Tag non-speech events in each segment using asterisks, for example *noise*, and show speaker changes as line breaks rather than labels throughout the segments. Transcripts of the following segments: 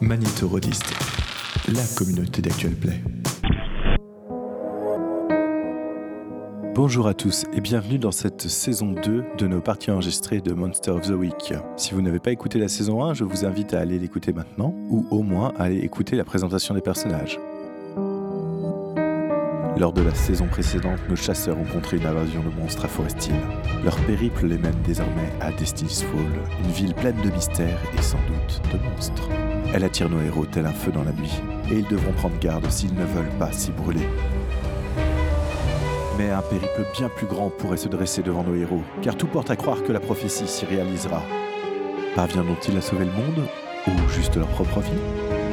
Magnétorodiste, la communauté d'Actual Play. Bonjour à tous et bienvenue dans cette saison 2 de nos parties enregistrées de Monster of the Week. Si vous n'avez pas écouté la saison 1, je vous invite à aller l'écouter maintenant ou au moins à aller écouter la présentation des personnages. Lors de la saison précédente, nos chasseurs ont contré une invasion de monstres à Forestil. Leur périple les mène désormais à Destiny's Fall, une ville pleine de mystères et sans doute de monstres. Elle attire nos héros tel un feu dans la nuit, et ils devront prendre garde s'ils ne veulent pas s'y brûler. Mais un périple bien plus grand pourrait se dresser devant nos héros, car tout porte à croire que la prophétie s'y réalisera. Parviendront-ils à sauver le monde Ou juste leur propre vie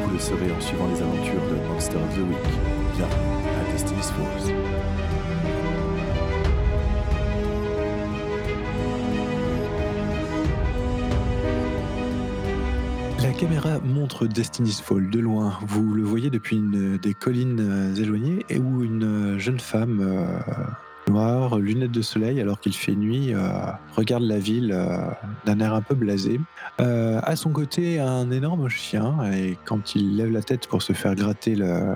Vous le saurez en suivant les aventures de Monster of the Week. Bien, à Destiny's Falls.
La caméra montre Destiny's Fall de loin. Vous le voyez depuis une des collines euh, éloignées et où une euh, jeune femme euh, noire, lunettes de soleil, alors qu'il fait nuit, euh, regarde la ville euh, d'un air un peu blasé. Euh, à son côté, un énorme chien et quand il lève la tête pour se faire gratter le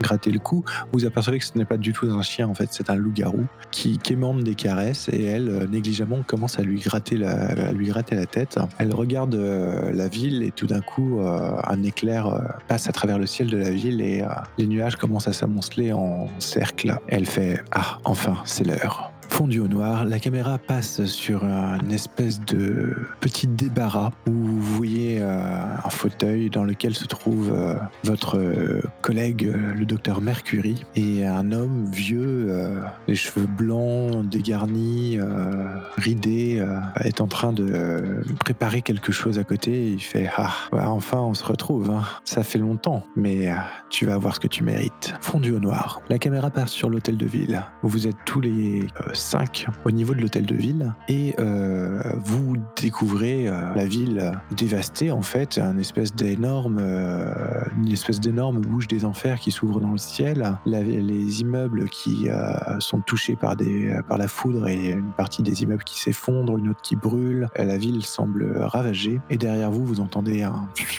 gratter le cou, vous apercevez que ce n'est pas du tout un chien en fait, c'est un loup-garou qui, qui émande des caresses et elle, euh, négligemment, commence à lui gratter la, à lui gratter la tête. Elle regarde euh, la ville et tout d'un coup, euh, un éclair euh, passe à travers le ciel de la ville et euh, les nuages commencent à s'amonceler en cercle. Elle fait Ah, enfin, c'est l'heure. Fondue au noir, la caméra passe sur une espèce de petit débarras où vous voyez euh, un fauteuil dans lequel se trouve euh, votre euh, collègue, euh, le docteur Mercury, et un homme vieux, euh, les cheveux blancs, dégarnis, euh, ridé, euh, est en train de euh, préparer quelque chose à côté. Et il fait Ah, bah, enfin, on se retrouve. hein. Ça fait longtemps, mais euh, tu vas avoir ce que tu mérites. Fondu au noir. La caméra part sur l'hôtel de ville. Vous êtes tous les euh, cinq au niveau de l'hôtel de ville et euh, vous découvrez euh, la ville dévastée en fait, un espèce d'énorme, euh, une espèce d'énorme bouche des enfers qui s'ouvre dans le ciel. La- les immeubles qui euh, sont touchés par des euh, par la foudre et une partie des immeubles qui s'effondrent, une autre qui brûle. Euh, La ville semble ravagée et derrière vous vous entendez un *laughs*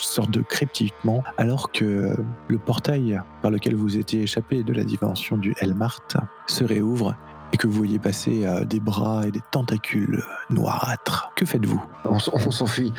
sorte de crépitement alors que le portail par lequel vous étiez échappé de la dimension du Hellmart se réouvre et que vous voyez passer euh, des bras et des tentacules noirâtres. Que faites-vous
On, s- on s'enfuit.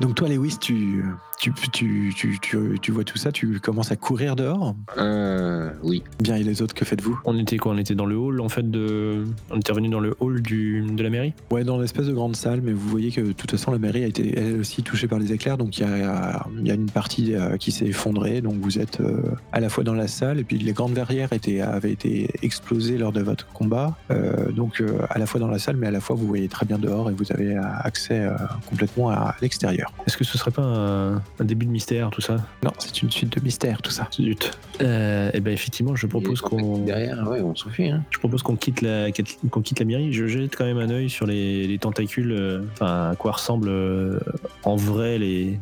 Donc toi, Lewis, tu, tu, tu, tu, tu, tu vois tout ça, tu commences à courir dehors.
Euh, oui.
Bien, et les autres, que faites-vous
On était quoi On était dans le hall en fait de. On était revenu dans le hall du... de la mairie
Ouais, dans l'espèce de grande salle, mais vous voyez que de toute façon, la mairie a été elle aussi touchée par les éclairs, donc il y a, il y a une partie euh, qui s'est effondrée, donc vous êtes euh, à la fois dans la salle, et puis les grandes verrières étaient, avaient été explosées lors de votre combat, euh, donc euh, à la fois dans la salle, mais à la fois vous voyez très bien dehors et vous avez euh, accès euh, complètement à l'extérieur.
Est-ce que ce serait pas un, un début de mystère tout ça
Non, c'est une suite de mystères, tout ça.
Zut. Euh, eh ben effectivement, je propose qu'on.
Derrière, ouais, on s'enfuit. Hein.
Je propose qu'on quitte la qu'on quitte la mairie. Je jette quand même un œil sur les, les tentacules. euh, Enfin, à quoi ressemblent euh, en vrai les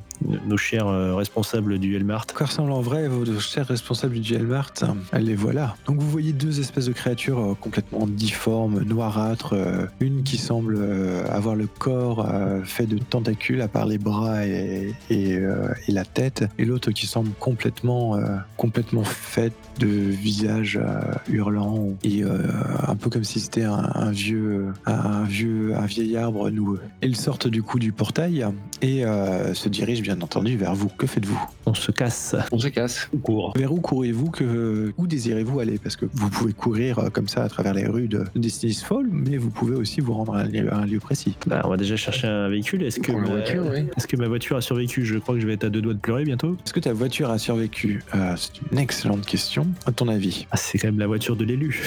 nos chers euh, responsables du Hellmart.
À quoi ressemble en vrai vos chers responsables du Gelmart Elle les voilà. Donc vous voyez deux espèces de créatures euh, complètement difformes, noirâtres. euh, une qui semble euh, avoir le corps euh, fait de tentacules à part les bras et, et, euh, et la tête, et l'autre qui semble complètement, euh, complètement faite de visage euh, hurlant et euh, un peu comme si c'était un, un vieux, un, un vieux, un vieil arbre noueux. Ils sortent du coup du portail et euh, se dirigent bien entendu vers vous. Que faites-vous
On se casse.
On se casse.
On court.
vers où courez-vous que où désirez-vous aller Parce que vous pouvez courir euh, comme ça à travers les rues de Destiny's Fall, mais vous pouvez aussi vous rendre à un lieu, à un lieu précis.
Bah, on va déjà chercher un véhicule. Est-ce que bah,
Prends la
ma-
voiture, oui.
est-ce que ma voiture a survécu Je crois que je vais être à deux doigts de pleurer bientôt.
Est-ce que ta voiture a survécu Euh, C'est une excellente question. À ton avis,
Ah, c'est quand même la voiture de l'élu.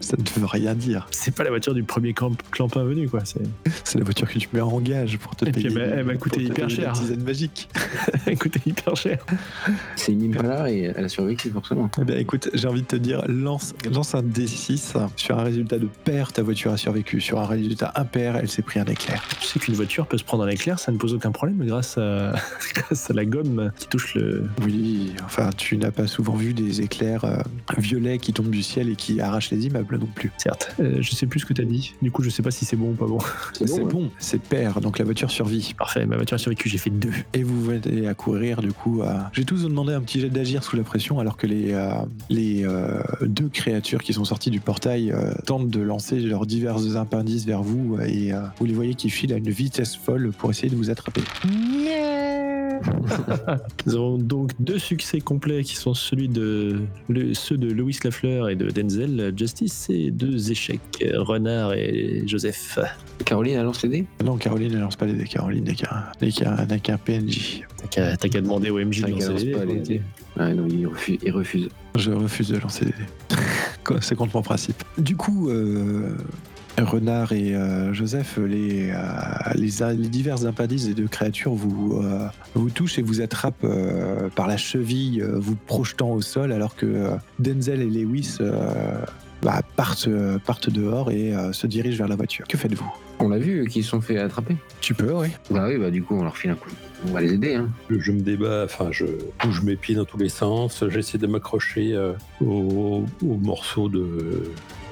ça ne veut rien dire.
C'est pas la voiture du premier camp, clampin venu, quoi. C'est- *laughs*
C'est la voiture que tu mets en engage pour te
Et puis,
payer.
elle m'a- elle m'a
pour
coûté
te
hyper
payer la
cher.
Tisane magique.
Elle coûtait hyper cher.
C'est une Impala et elle a survécu forcément.
Eh bien, écoute, j'ai envie de te dire, lance, lance un D6 sur un résultat de pair. Ta voiture a survécu. Sur un résultat impair, elle s'est pris un éclair.
Tu sais qu'une voiture peut se prendre un éclair, ça ne pose aucun problème grâce à, *laughs* grâce à la gomme qui touche le.
Oui, enfin, tu n'as pas souvent vu des éclairs euh, violets qui tombent du ciel et qui arrachent les immeubles non plus.
Certes, Euh, je sais plus ce que t'as dit. Du coup, je sais pas si c'est bon *laughs* ou pas bon.
C'est
C'est
bon. hein.
bon, c'est pair, donc la voiture survit.
Parfait, ma voiture a survécu, j'ai fait deux.
et vous vous mettez à courir du coup. à- J'ai tous demandé un petit jet d'agir sous la pression alors que les, euh, les euh, deux créatures qui sont sorties du portail euh, tentent de lancer leurs divers appendices vers vous et euh, vous les voyez qui filent à une vitesse folle pour essayer de vous attraper.
Nous avons donc deux succès complets qui sont celui de, le- ceux de Louis Lafleur et de Denzel Justice et deux échecs, Renard et Joseph.
hein. Caroline, alors c'est des
Non, Caroline ne lance pas les dés. Caroline n'est qu'un n'est qu'un- n'est qu'un PNJ.
T'as qu'à t'as qu'à demander au MJ de
Ça
lancer
galère
les
Ah, pas, les
dés.
dés. Ah non, il refuse. Il refuse.
Je refuse de lancer des dés. *laughs* Quoi, C'est contre mon principe. Du coup, euh, Renard et euh, Joseph, les, euh, les, a- les divers impadis des deux créatures vous, euh, vous touchent et vous attrapent euh, par la cheville, euh, vous projetant au sol, alors que euh, Denzel et Lewis euh, bah, partent, euh, partent dehors et euh, se dirigent vers la voiture. Que faites-vous
On l'a vu, eux, qu'ils se sont fait attraper.
Tu peux, oui.
Bah oui, bah du coup, on leur file un coup. On va les aider, hein.
Je, je me débat, enfin, je bouge mes pieds dans tous les sens. J'essaie de m'accrocher euh, au, au morceau de,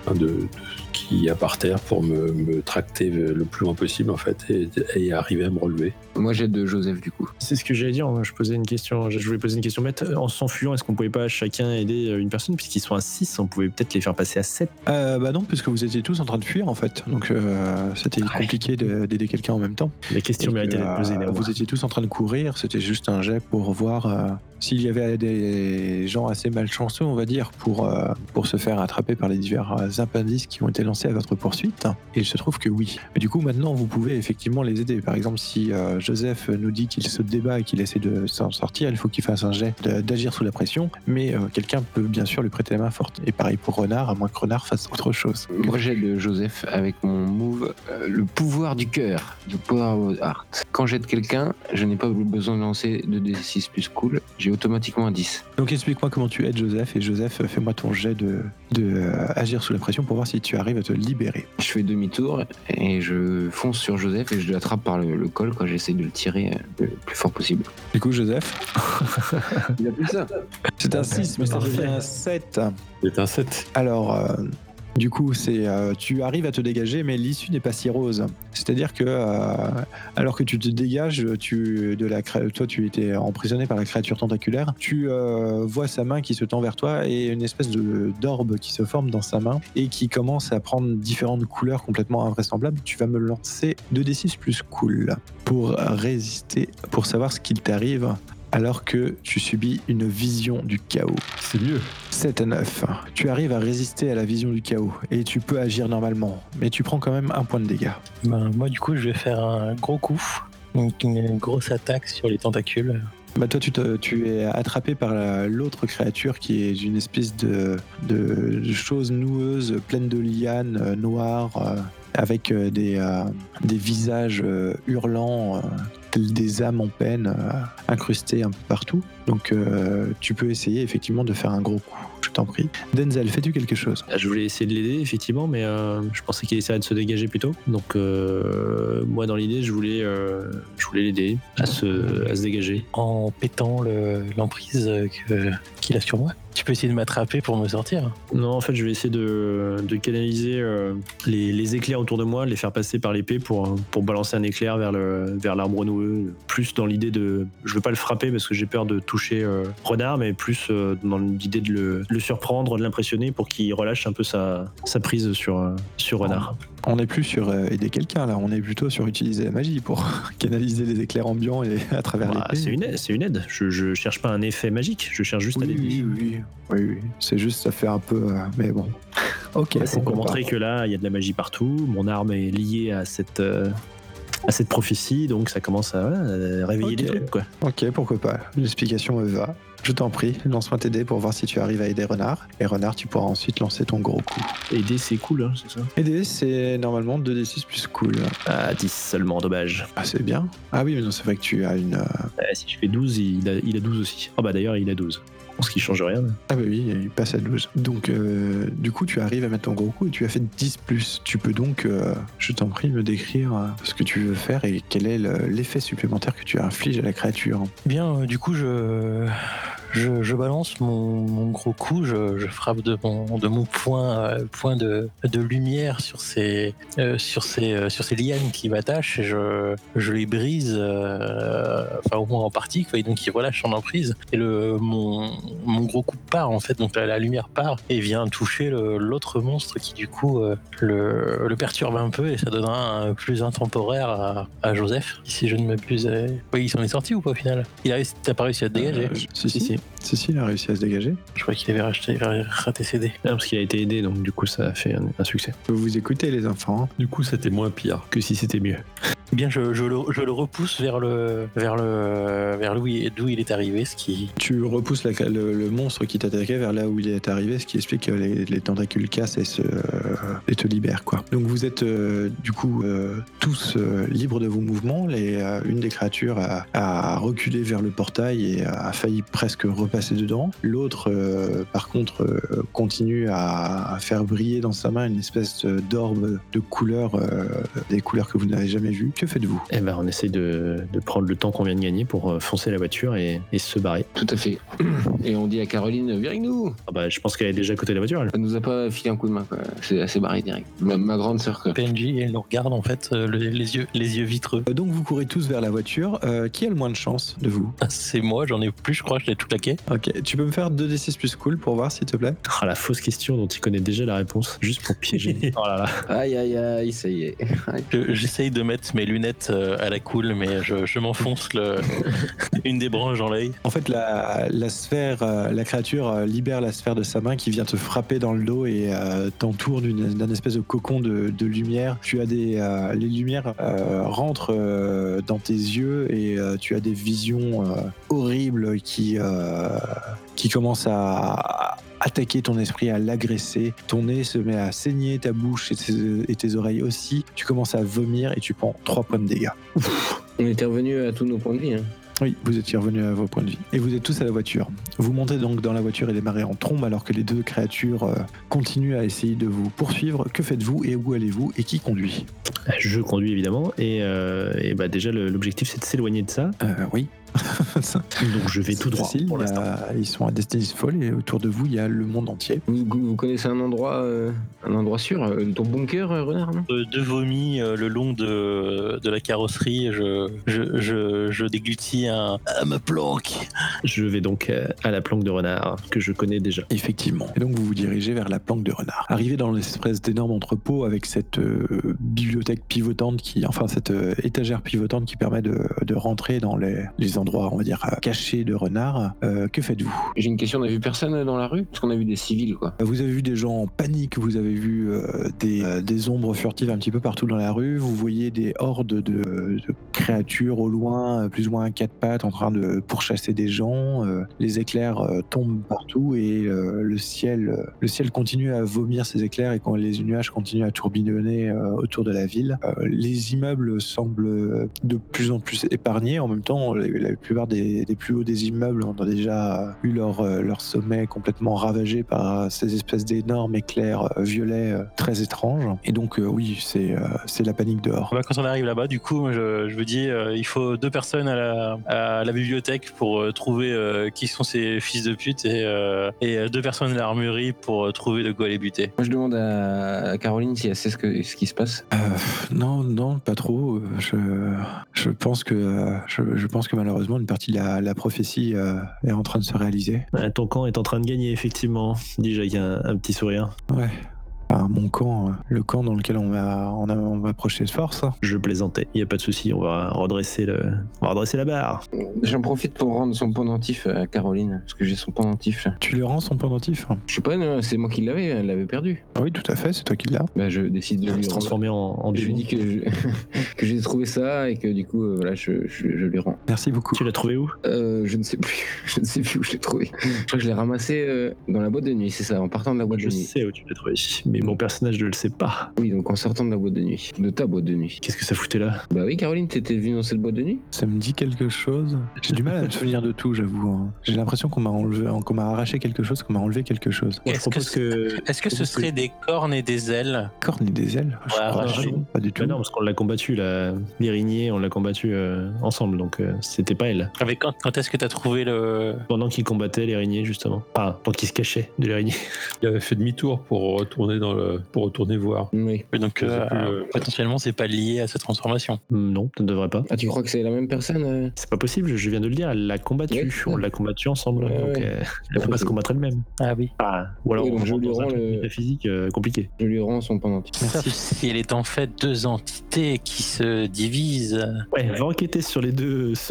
enfin, de, de ce qui a par terre pour me, me tracter le plus loin possible, en fait, et, et arriver à me relever.
Moi, j'aide de Joseph, du coup.
C'est ce que j'allais dire. moi, Je posais une question. Je voulais poser une question bête. Euh, En s'enfuyant, est-ce qu'on pouvait pas chacun aider euh, une personne puisqu'ils sont à 6 On pouvait peut-être les faire passer à 7
Euh, bah non, puisque vous étiez tous en train de fuir, en fait. Donc, euh, c'était compliqué de- d'aider quelqu'un en même temps.
La question
Et
méritait
que,
d'être
euh,
posée. néanmoins.
vous étiez tous en train de courir, c'était juste un jet pour voir euh, s'il y avait des gens assez malchanceux, on va dire, pour, euh, pour se faire attraper par les divers euh, appendices qui ont été lancés à votre poursuite. Et il se trouve que oui. Mais du coup, maintenant, vous pouvez effectivement les aider. Par exemple, si euh, Joseph nous dit qu'il se débat et qu'il essaie de s'en sortir, il faut qu'il fasse un jet de- d'agir sous la pression. Mais euh, quelqu'un peut bien sûr lui prêter la main forte. Et pareil pour Renard, à moins que Renard fasse autre chose.
Moi, j'aide de Joseph avec mon move euh, le pouvoir du cœur, le power of art. Quand j'aide quelqu'un, je n'ai pas besoin de lancer 2d6 plus cool, j'ai automatiquement un 10.
Donc explique-moi comment tu aides Joseph et Joseph, euh, fais-moi ton jet de, de euh, agir sous la pression pour voir si tu arrives à te libérer.
Je fais demi-tour et je fonce sur Joseph et je l'attrape par le, le col quand j'essaie de le tirer euh, le plus fort possible.
Du coup Joseph,
Il a plus ça
c'est un 6 mais ça
Parfait.
devient un 7.
C'est un 7.
Alors euh, du coup c'est euh, tu arrives à te dégager mais l'issue n'est pas si rose. C'est-à-dire que euh, alors que tu te dégages tu de la cré- toi tu étais emprisonné par la créature tentaculaire, tu euh, vois sa main qui se tend vers toi et une espèce de d'orbe qui se forme dans sa main et qui commence à prendre différentes couleurs complètement invraisemblables. Tu vas me lancer 2d6 plus cool pour résister pour savoir ce qu'il t'arrive alors que tu subis une vision du chaos.
C'est mieux.
7 à 9. Tu arrives à résister à la vision du chaos et tu peux agir normalement, mais tu prends quand même un point de dégâts.
Ben, moi, du coup, je vais faire un gros coup. Donc, une grosse attaque sur les tentacules.
Bah toi tu, te- tu es attrapé par la- l'autre créature qui est une espèce de, de chose noueuse, pleine de lianes euh, noires, euh, avec euh, des, euh, des visages euh, hurlants, euh, tels des âmes en peine, euh, incrustées un peu partout. Donc euh, tu peux essayer effectivement de faire un gros coup, je t'en prie. Denzel, fais-tu quelque chose
Ah, Je voulais essayer de l'aider, effectivement, mais euh, je pensais qu'il essaierait de se dégager plus tôt. Donc, euh, moi, dans l'idée, je voulais, euh, je voulais l'aider à se, à se dégager.
en pétant le- l'emprise euh, que- qu'il a sur moi. Tu peux essayer de m'attraper pour me sortir.
Non, en fait, je vais essayer de, de canaliser euh, les, les éclairs autour de moi, les faire passer par l'épée pour, euh, pour balancer un éclair vers le vers l'arbre noueux. Plus dans l'idée de. Je veux pas le frapper parce que j'ai peur de toucher euh, Renard, mais plus euh, dans l'idée de le, de le surprendre, de l'impressionner pour qu'il relâche un peu sa, sa prise sur, euh, sur Renard.
On n'est plus sur euh, aider quelqu'un là, on est plutôt sur utiliser la magie pour *laughs* canaliser les éclairs ambiants et *laughs* à travers
Bah,
l'épée.
c'est une aide, c'est une aide. Je, je cherche pas un effet magique, je cherche juste à
Oui,
l'aider.
oui, oui, oui, oui. C'est juste, ça fait un peu. euh, mais
*laughs*
bon. Ok.
C'est pour
pourquoi
montrer
pas.
que là, il y a de la magie partout. Mon arme est liée à cette, euh, à cette prophétie, donc ça commence à voilà, euh, réveiller
Ok.
des trucs. Quoi.
Ok, pourquoi pas. L'explication me va. Je t'en prie, lance-moi tes dés pour voir si tu arrives à aider Renard. Et Renard, tu pourras ensuite lancer ton gros coup.
Aider, c'est cool, hein, c'est ça
Aider, c'est normalement 2d6 plus cool.
Ah, 10 seulement, dommage.
Ah, c'est bien. Ah oui, mais non, c'est vrai que tu as une. euh,
Ah, si je fais 12, il a, il a 12 aussi. Ah bah d'ailleurs, il a 12. Ce qui change rien. hein.
Ah bah oui, il passe à 12. Donc euh, du coup, tu arrives à mettre ton gros coup et tu as fait 10 plus. Tu peux donc, euh, je t'en prie, me décrire euh, ce que tu veux faire
Eh
et quel est le- l'effet supplémentaire que tu infliges à la créature.
Bien, euh, du coup, je, Je, je balance mon, mon gros coup, je, je frappe de mon, de mon point, euh, point de, de lumière sur ces, euh, sur ces, euh, sur ces lianes qui m'attachent et je, je les brise, euh, enfin au moins en partie, quoi, et donc ils relâchent en emprise. Et le, mon, mon gros coup part en fait, donc la, la lumière part et vient toucher le- l'autre monstre qui du coup euh, le, le perturbe un peu et ça donnera un plus intemporaire à, à Joseph, si je ne m'abuse. euh. Oui, il s'en est sorti ou pas au final Il a réussi, t'as pas réussi à te dégager
Euh, Si, si, si. Si, si, il a réussi à se dégager.
Je crois qu'il avait racheté, raté ses dés.
Ah, parce qu'il a été aidé, donc du coup, ça a fait un, un succès.
Vous écoutez, les enfants.
Du coup, c'était moins pire.
Que si c'était mieux.
Eh Bien, je, je le, je le repousse vers le, vers le, vers d'où il, d'où il est arrivé, ce qui.
Tu repousses la- le, le monstre qui t'attaquait vers là où il est arrivé, ce qui explique que les, les tentacules cassent et, se, euh, et te libèrent. Quoi. Donc vous êtes euh, du coup euh, tous euh, libres de vos mouvements. Les, euh, une des créatures a, a reculé vers le portail et a failli presque repasser dedans. L'autre, euh, par contre, euh, continue à, à faire briller dans sa main une espèce de- d'orbe de couleurs, euh, des couleurs que vous n'avez jamais vues. Que faites-vous
Eh ben, on essaie de, de prendre le temps qu'on vient de gagner pour euh, foncer la voiture et, et se barrer.
Tout à fait. Et on dit à Caroline, viens avec nous.
Ah bah, je pense qu'elle est déjà à côté de la voiture, elle.
Elle nous a pas filé un coup de main, quoi. C'est assez barré direct. Ma, ma grande sœur, quoi.
PNJ, elle nous regarde en fait, euh, le- les, yeux, les yeux vitreux.
Euh, Donc vous courez tous vers la voiture. Euh, qui a le moins de chance de vous
Ah, C'est moi, j'en ai plus, je crois, je l'ai tout claqué.
Ok, tu peux me faire 2d6 plus cool pour voir s'il te plaît
Ah, la fausse question dont il connaît déjà la réponse, juste pour *laughs* piéger. oh là là.
Aïe, aïe, aïe, ça y est.
Je- J'essaye de mettre mes lunettes euh, à la cool, mais je, je m'enfonce le- une des branches dans l'œil.
En fait, la, la sphère, euh, la créature euh, libère la sphère de sa main qui vient te frapper dans le dos et euh, t'entoure d'une- d'un espèce de cocon de, de lumière. Tu as des, euh, les lumières euh, rentrent euh, dans tes yeux et euh, tu as des visions euh, horribles qui euh, qui commencent à à attaquer ton esprit, à l'agresser. Ton nez se met à saigner, ta bouche et tes, et tes oreilles aussi. Tu commences à vomir et tu prends 3 points de dégâts.
On était revenu à tous nos points de vie. hein.
Oui, vous étiez revenus à vos points de vie. Et vous êtes tous à la voiture. Vous montez donc dans la voiture et démarrez en trombe alors que les deux créatures euh, continuent à essayer de vous poursuivre. Que faites-vous et où allez-vous et qui conduit
Bah, Je conduis évidemment, et, euh, et bah, déjà, le- l'objectif c'est de s'éloigner de ça.
Euh, Oui.
Donc, je vais tout droit pour l'instant.
ils sont à Destiny's Fall et autour de vous, il y a le monde entier.
Vous, vous connaissez un endroit, euh, un endroit sûr euh, Ton bunker, euh, renard, non
De, de vomi euh, le long de, de la carrosserie, je, je, je, je déglutis un, Ah, ma planque.
Je vais donc euh, à la planque de renard hein, que je connais déjà.
Effectivement. Et donc vous vous dirigez vers la planque de renard. Arrivé dans l'espèce d'énorme entrepôt avec cette euh, bibliothèque pivotante qui, enfin cette euh, étagère pivotante qui permet de, de rentrer dans les, les endroits, on va dire, euh, cachés de renards, euh, que faites-vous
J'ai une question, on a vu personne euh, dans la rue Parce qu'on a vu des civils, quoi.
Vous avez vu des gens en panique, vous avez vu euh, des, euh, des ombres furtives un petit peu partout dans la rue, vous voyez des hordes de, de créatures au loin, euh, plus ou moins à quatre pattes, en train de pourchasser des gens, euh, les éclairs euh, tombent partout et euh, le, ciel, euh, le ciel continue à vomir ces éclairs et quand les nuages continuent à tourbillonner euh, autour de la ville. Euh, les immeubles semblent euh, de plus en plus épargnés, en même temps la, la plupart des, des plus hauts des immeubles ont déjà euh, eu leur, euh, leur sommet complètement ravagé par euh, ces espèces d'énormes éclairs euh, violets euh, très étranges. Et donc euh, oui, c'est euh, c'est la panique dehors.
Bah, quand on arrive là-bas, du coup, moi, je, je me dis, euh, il faut deux personnes à la, à la bibliothèque pour euh, trouver euh, qui sont ces fils de pute et, euh, et, euh, deux personnes à l'armurerie pour euh, trouver de quoi les buter.
Moi, je demande à, à Caroline si elle sait ce, que, ce qui se passe.
Euh, Non, non, pas trop. Euh, Je, je pense que euh, je, je pense que malheureusement une partie de la, la prophétie euh, est en train de se réaliser.
Ah, ton camp est en train de gagner, effectivement, dis avec un, un petit sourire.
Ouais. Enfin, mon camp, euh, le camp dans lequel on m'a on a- on m'a approché de force. hein.
Je plaisantais, il n'y a pas de souci, on va redresser, le... on va redresser la barre.
J'en profite pour rendre son pendentif à Caroline, parce que j'ai son pendentif. là.
Tu lui rends son pendentif hein.
Je sais pas, non, c'est moi qui l'avais, elle l'avait perdu.
Oui, tout à fait, c'est toi qui l'as.
Bah, je décide de
Il
lui
se
rendre.
transformer en, en
Je lui
démon.
dis que je- *laughs* que j'ai trouvé ça et que du coup, euh, voilà, je, je- je lui rends.
Merci beaucoup.
Tu l'as trouvé où
Euh, je ne sais plus, *laughs* je ne sais plus où je l'ai trouvé. Je crois que je l'ai ramassé euh, dans la boîte de nuit, c'est ça, en partant de la boîte
Je
de nuit.
sais où tu l'as trouvé, mais mon personnage ne le sait pas.
Oui, donc en sortant de la boîte de nuit. De ta boîte de nuit.
Qu'est-ce que ça foutait là
Bah oui, Caroline, t'étais venue dans cette boîte de nuit
Ça me dit quelque chose. J'ai du *laughs* mal à me souvenir de tout, j'avoue. hein. J'ai l'impression qu'on m'a enlevé, qu'on m'a arraché quelque chose, qu'on m'a enlevé quelque chose.
Moi, je
Est-ce que
propose
c'est-
que.
Est-ce que ce
Parce que-
serait des cornes et des ailes
Corne et des ailes Je
Ouais,
crois
arraché.
pas, pas du tout.
Bah non, parce qu'on l'a combattu, la Lérinier, on l'a combattu euh, ensemble, donc euh, c'était pas elle.
Avec quand, quand est-ce que t'as trouvé le
Pendant qu'il combattait l'Érinier, justement. Ah, pendant qu'il se cachait de l'Érinier.
Il avait fait demi-tour pour retourner, dans le, pour retourner voir.
Oui.
Oui, Donc
Je sais
euh,
plus, euh,
potentiellement c'est pas lié à sa transformation.
*laughs* Hmm, Non, ça ne devrait pas.
Ah, tu crois que c'est la même personne euh
C'est pas possible, je viens de le dire, elle l'a combattu.
Ouais.
On l'a combattu ensemble,
Ouais,
donc
ouais.
euh, elle peut pas se
possible.
combattre elle-même.
Ah oui.
Ah, ou alors
Oui, donc
on
je
rentre
lui
dans un
rends
truc
le-
métaphysique euh, compliqué.
Je lui rends son pendant.
Sauf si elle est en fait deux entités qui se divisent,
Ouais, va enquêter sur les deux. *laughs*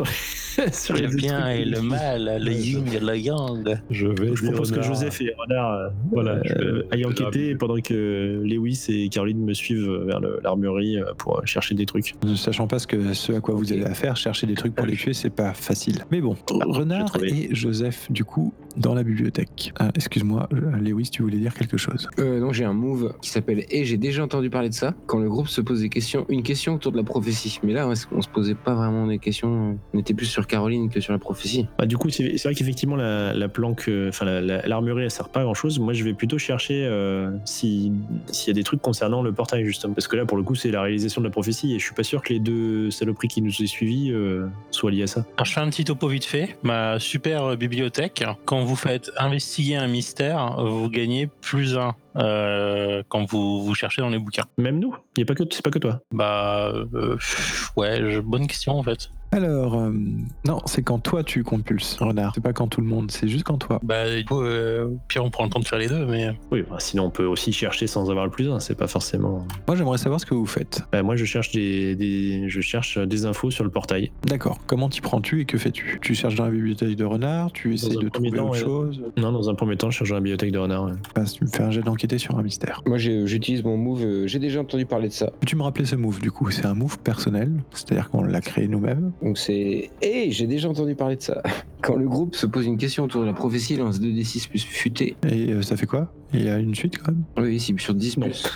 Sur les, sur les
le
deux
bien
trucs.
et le mal, le
Ouais,
yin et le yang.
Je vais.
Je propose que Joseph et Renard euh, voilà,
Je-
euh, aillent
je-
enquêter pendant que Lewis et Caroline me suivent euh, vers le- l'armurerie euh, pour euh, chercher des trucs.
Ne sachant pas ce, que, ce à quoi vous avez affaire, chercher des trucs pour les tuer, c'est pas facile. Mais bon, Renard
trouvé.
et Joseph, du coup, dans la bibliothèque. Ah, Excuse-moi, euh, Lewis, tu voulais dire quelque chose
Euh, non, j'ai un move qui s'appelle Et j'ai déjà entendu parler de ça quand le groupe se pose des questions, une question autour de la prophétie. Mais là, on se posait pas vraiment des questions. On était plus sur Caroline que sur la prophétie.
Bah, du coup, c'est c'est vrai qu'effectivement, la, la planque, euh, enfin, la- la- l'armurerie, elle sert pas à grand chose. Moi, je vais plutôt chercher euh, si- s'il y a des trucs concernant le portail, justement. Parce que là, pour le coup, c'est la réalisation de la prophétie et je suis pas sûr que les deux saloperies qui nous ont suivis euh, soient liées à ça.
Alors, je fais un petit topo vite fait. Ma super euh, bibliothèque, quand vous faites investiguer un mystère, vous gagnez plus un euh, quand vous, vous cherchez dans les bouquins.
Même nous, Il y a pas que- c'est pas que toi.
Bah, euh, ouais, je- bonne question en fait.
Alors, euh, non, c'est quand toi tu compulses, Renard. C'est pas quand tout le monde, c'est juste quand toi.
Bah, du coup, euh, au pire, on prend le temps de faire les deux, mais euh,
Oui, bah, sinon on peut aussi chercher sans avoir le plus un, c'est pas forcément.
Moi, j'aimerais savoir ce que vous faites.
Bah, moi je cherche des, des- je cherche des infos sur le portail.
D'accord, comment t'y prends-tu et que fais-tu Tu cherches dans la bibliothèque de Renard, tu essayes
un
de
premier
trouver
temps,
autre
ouais.
chose,
Non, dans un premier temps, je cherche dans la bibliothèque de renard. ouais.
Enfin, tu me fais un jet d'enquêter sur un mystère.
Moi, j'ai- j'utilise mon move euh, J'ai déjà entendu parler de ça.
Tu me rappelais ce move, du coup, c'est un move personnel, c'est-à-dire qu'on l'a créé nous-mêmes.
Donc c'est Et j'ai déjà entendu parler de ça. Quand le groupe se pose une question autour de la prophétie, lance 2d6 plus futé.
Et euh, ça fait quoi Il y a une suite quand même
Oui, si sur 10 plus.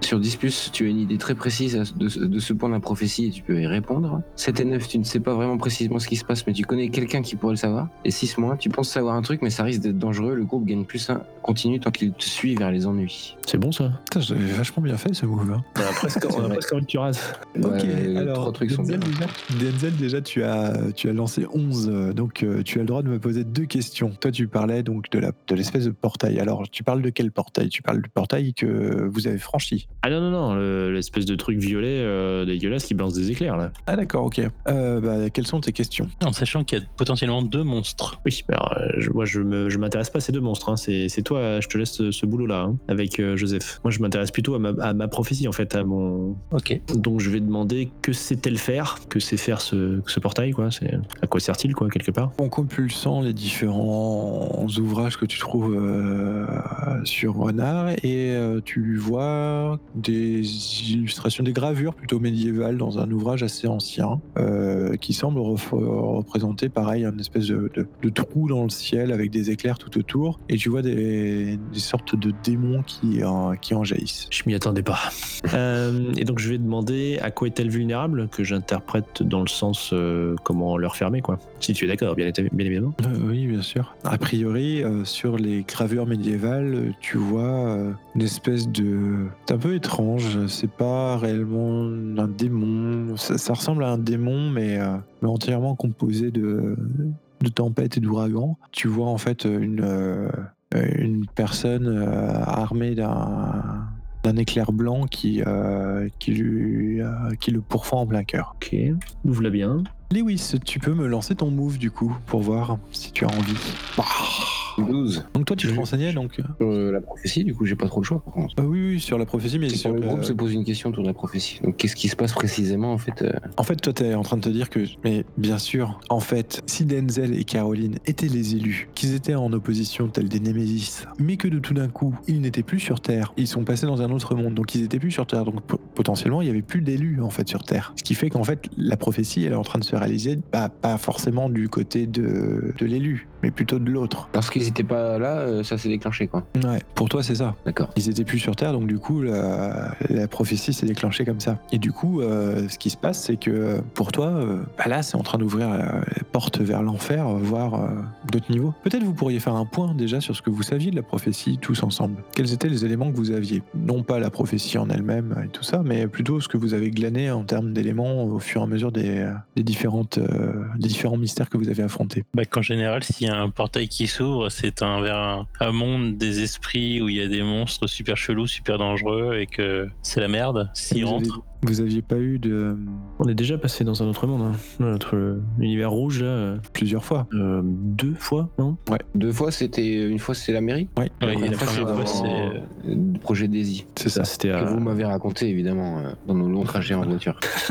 sur 10 plus, tu as une idée très précise à- de, ce- de ce point de la prophétie et tu peux y répondre. 7 et 9, tu ne sais pas vraiment précisément ce qui se passe, mais tu connais quelqu'un qui pourrait le savoir. Et 6 moins, tu penses savoir un truc, mais ça risque d'être dangereux. Le groupe gagne plus 1. Continue tant qu'il te suit vers les ennuis.
C'est bon ça.
Putain, j'avais vachement bien fait ce move. hein.
On a *laughs* presque, on a
vrai.
presque envie que tu rases.
ok,
Ouais,
alors,
trois trucs sont bien.
Denzel, déjà, Denzel, déjà, tu as, tu as lancé 11, euh, donc euh, tu as le droit de me poser deux questions. Toi, tu parlais donc de la- de l'espèce de, portail. Alors, tu parles de quel portail Tu parles du portail que vous avez franchi.
Ah non non non, le- l'espèce de truc violet euh, dégueulasse qui balance des éclairs là.
Ah d'accord, ok. Euh, bah, quelles sont tes questions
en sachant qu'il y a potentiellement deux monstres.
Oui, alors euh, je- moi je me- je m'intéresse pas à ces deux monstres. hein. C'est c'est toi, euh, je te laisse ce, ce boulot là avec euh, Joseph. Moi je m'intéresse plutôt à ma, à ma prophétie en fait, à mon.
Ok.
Donc je vais demander que sait-elle faire, que sait faire ce, ce portail quoi. C'est à quoi sert-il quoi quelque part.
En compulsant les différents ouvrages que tu trouves euh, sur Renard, et euh, tu vois des illustrations, des gravures plutôt médiévales dans un ouvrage assez ancien, euh, qui semble ref- représenter pareil un espèce de, de- de trou dans le ciel avec des éclairs tout autour, et tu vois des, des sortes de démons qui, en- qui en jaillissent.
Je m'y attendais pas. *laughs* Euh, et donc je vais demander à quoi est-elle vulnérable, que j'interprète dans le sens euh, comment leur fermer, quoi. Si tu es d'accord, bien, éta- bien évidemment.
Euh, oui, bien sûr. A priori, euh, sur les gravures médiévales, euh, tu vois euh, une espèce de. C'est un peu étrange. C'est pas réellement un démon. Ça, ça ressemble à un démon, mais, euh, mais entièrement composé de, de tempêtes et d'ouragans. Tu vois en fait une, euh, une personne euh, armée d'un d'un éclair blanc qui, euh, qui, lui, euh, qui le pourfend en plein cœur.
Ok, ouvre-la bien.
Lewis, tu peux me lancer ton move du coup pour voir si tu as envie.
12.
Donc toi, tu te renseignais donc
Euh, la prophétie, du coup, j'ai pas trop le choix par contre.
Euh, oui, oui, sur la prophétie, mais
C'est
sur
quand le
la-
euh,
groupe se pose une question autour de la prophétie. Donc qu'est-ce qui se passe précisément en fait euh,
En fait, toi, t'es en train de te dire que, mais bien sûr, en fait, si Denzel et Caroline étaient les élus, qu'ils étaient en opposition tels des Némésis, mais que de tout d'un coup, ils n'étaient plus sur Terre, ils sont passés dans un autre monde, donc ils étaient plus sur Terre, donc po- potentiellement, il y avait plus d'élus en fait sur Terre. Ce qui fait qu'en fait, la prophétie, elle est en train de se réalisé, bah, pas forcément du côté de, de l'élu, mais plutôt de l'autre.
Lorsqu'ils n'étaient pas là, euh, ça s'est déclenché, quoi.
Ouais, pour toi, c'est ça.
D'accord.
Ils étaient plus sur Terre, donc du coup, la, la prophétie s'est déclenchée comme ça. Et du coup, euh, ce qui se passe, c'est que pour toi, euh, bah là, c'est en train d'ouvrir euh, les portes vers l'enfer, euh, voire euh, d'autres niveaux. Peut-être vous pourriez faire un point déjà sur ce que vous saviez de la prophétie tous ensemble. Quels étaient les éléments que vous aviez Non pas la prophétie en elle-même euh, et tout ça, mais plutôt ce que vous avez glané en termes d'éléments au fur et à mesure des, euh, des différentes, euh, des différents mystères que vous avez affrontés.
Bah, qu'en général, s'il y a un portail qui s'ouvre, c'est un vers un, un monde des esprits où il y a des monstres super chelous, super dangereux et que c'est la merde. S'ils
Vous avez-
rentrent,
Vous aviez pas eu de
On est déjà passé dans un autre monde, hein. notre euh, univers rouge là, euh,
plusieurs fois.
euh, deux fois, non
Deux fois, c'était. Une fois, c'était la mairie.
Ouais.
Ouais, et la
Après,
première
c'est
fois, euh,
dans le projet Daisy,
C'est ça.
C'était
que
à-
vous m'avez raconté, évidemment, euh, dans nos longs trajets en voiture.
*laughs*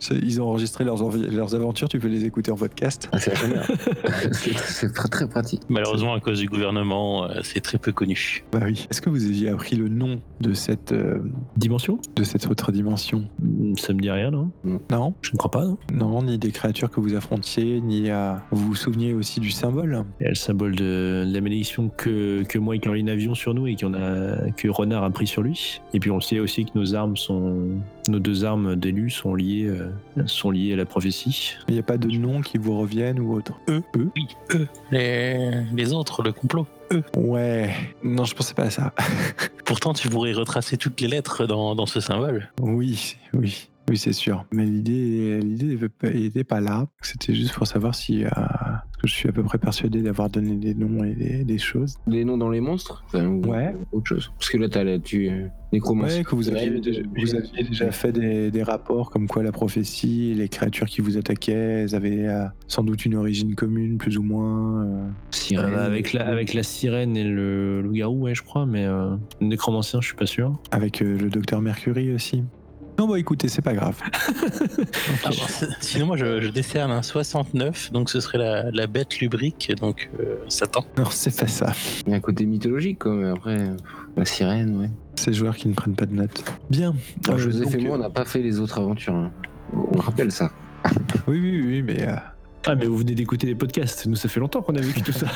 C'est- Ils ont enregistré leurs, envi- leurs aventures, tu peux les écouter en podcast.
Ah, c'est la première. *laughs* C'est- c'est très, très pratique.
malheureusement, à cause du gouvernement, euh, c'est très peu connu.
Bah oui. Est-ce que vous aviez appris le nom de cette, euh,
dimension Mm,
de cette autre dimension
Ça me dit rien, non
Non
Je ne crois pas. non
Non, ni des créatures que vous affrontiez, ni à... Vous vous souveniez aussi du symbole
Il y a le symbole de, de la malédiction que, que moi et Caroline avions sur nous et qu'on a, que Renard a pris sur lui. Et puis on sait aussi que nos armes sont, nos deux armes d'élus sont liées, euh, sont liées à la prophétie.
Il n'y a pas de nom qui vous reviennent ou autre. E, Eux Eux
Oui, eux, les, les autres, le complot.
Ouais. Non, je pensais pas à ça.
Pourtant, tu pourrais retracer toutes les lettres dans, dans ce symbole.
Oui, oui. Oui, c'est sûr. Mais l'idée l'idée n'était pas là. C'était juste pour savoir si... euh, parce que je suis à peu près persuadé d'avoir donné des noms et des, des choses.
Les noms dans les monstres Enfin, ou-
Ouais.
Autre chose. Parce que là, t'as la- tu. euh, Nécromancie.
Ouais, que vous aviez,
Ouais,
déjà,
euh,
vous aviez déjà fait des, des rapports comme quoi la prophétie, les créatures qui vous attaquaient, elles avaient euh, sans doute une origine commune, plus ou moins. euh.
Sirène.
Euh, avec, la, avec la sirène et le loup-garou, ouais, je crois, mais euh, nécromancien, je suis pas sûr.
Avec euh, le docteur Mercury aussi. Non, bah écoutez, c'est pas grave. *laughs*
Ah, bon, c'est- sinon, moi, je, je décerne un 69, donc ce serait la, la bête lubrique, donc euh, Satan.
Non, c'est pas ça.
Il y a un côté mythologique, comme après. euh, La sirène, ouais.
Ces joueurs qui ne prennent pas de notes. Bien. Euh,
Joseph
donc,
et moi, on
euh,
n'a pas fait les autres aventures. hein. On rappelle ça. *laughs*
Oui, oui, oui, mais. euh,
Ah, mais vous venez d'écouter des podcasts. Nous, ça fait longtemps qu'on a vécu tout ça.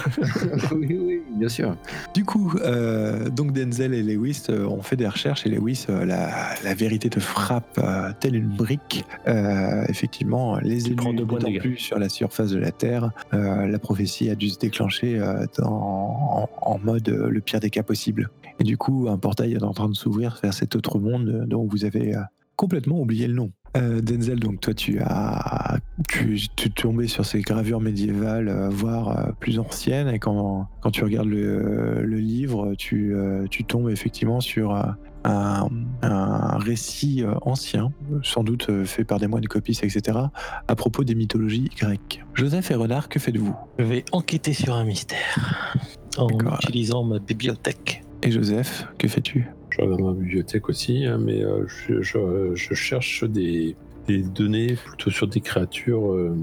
oui, oui, bien sûr.
Du coup, euh, donc Denzel et Lewis euh, ont fait des recherches et Lewis, euh, la, la vérité te frappe euh, telle une brique. Euh, effectivement, les
Tu prends
élus
deux points de
n'étant
dégâts.
plus sur la surface de la Terre, euh, la prophétie a dû se déclencher euh, dans- en, en mode euh, le pire des cas possible. Et du coup, un portail est en train de s'ouvrir vers cet autre monde euh, dont vous avez euh, complètement oublié le nom. Euh, Denzel, donc toi, tu as tu, tu es tombé sur ces gravures médiévales, euh, voire euh, plus anciennes, et quand, quand tu regardes le, le livre, tu, euh, tu tombes effectivement sur euh, un, un récit euh, ancien, sans doute euh, fait par des moines copistes, etc., à propos des mythologies grecques. Joseph et Renard, que faites-vous
Je vais enquêter sur un mystère en
D'accord.
utilisant ma bibliothèque.
Et Joseph, que fais-tu
Je regarde ma bibliothèque aussi, hein, mais euh, je, je- je cherche des, des données plutôt sur des créatures euh,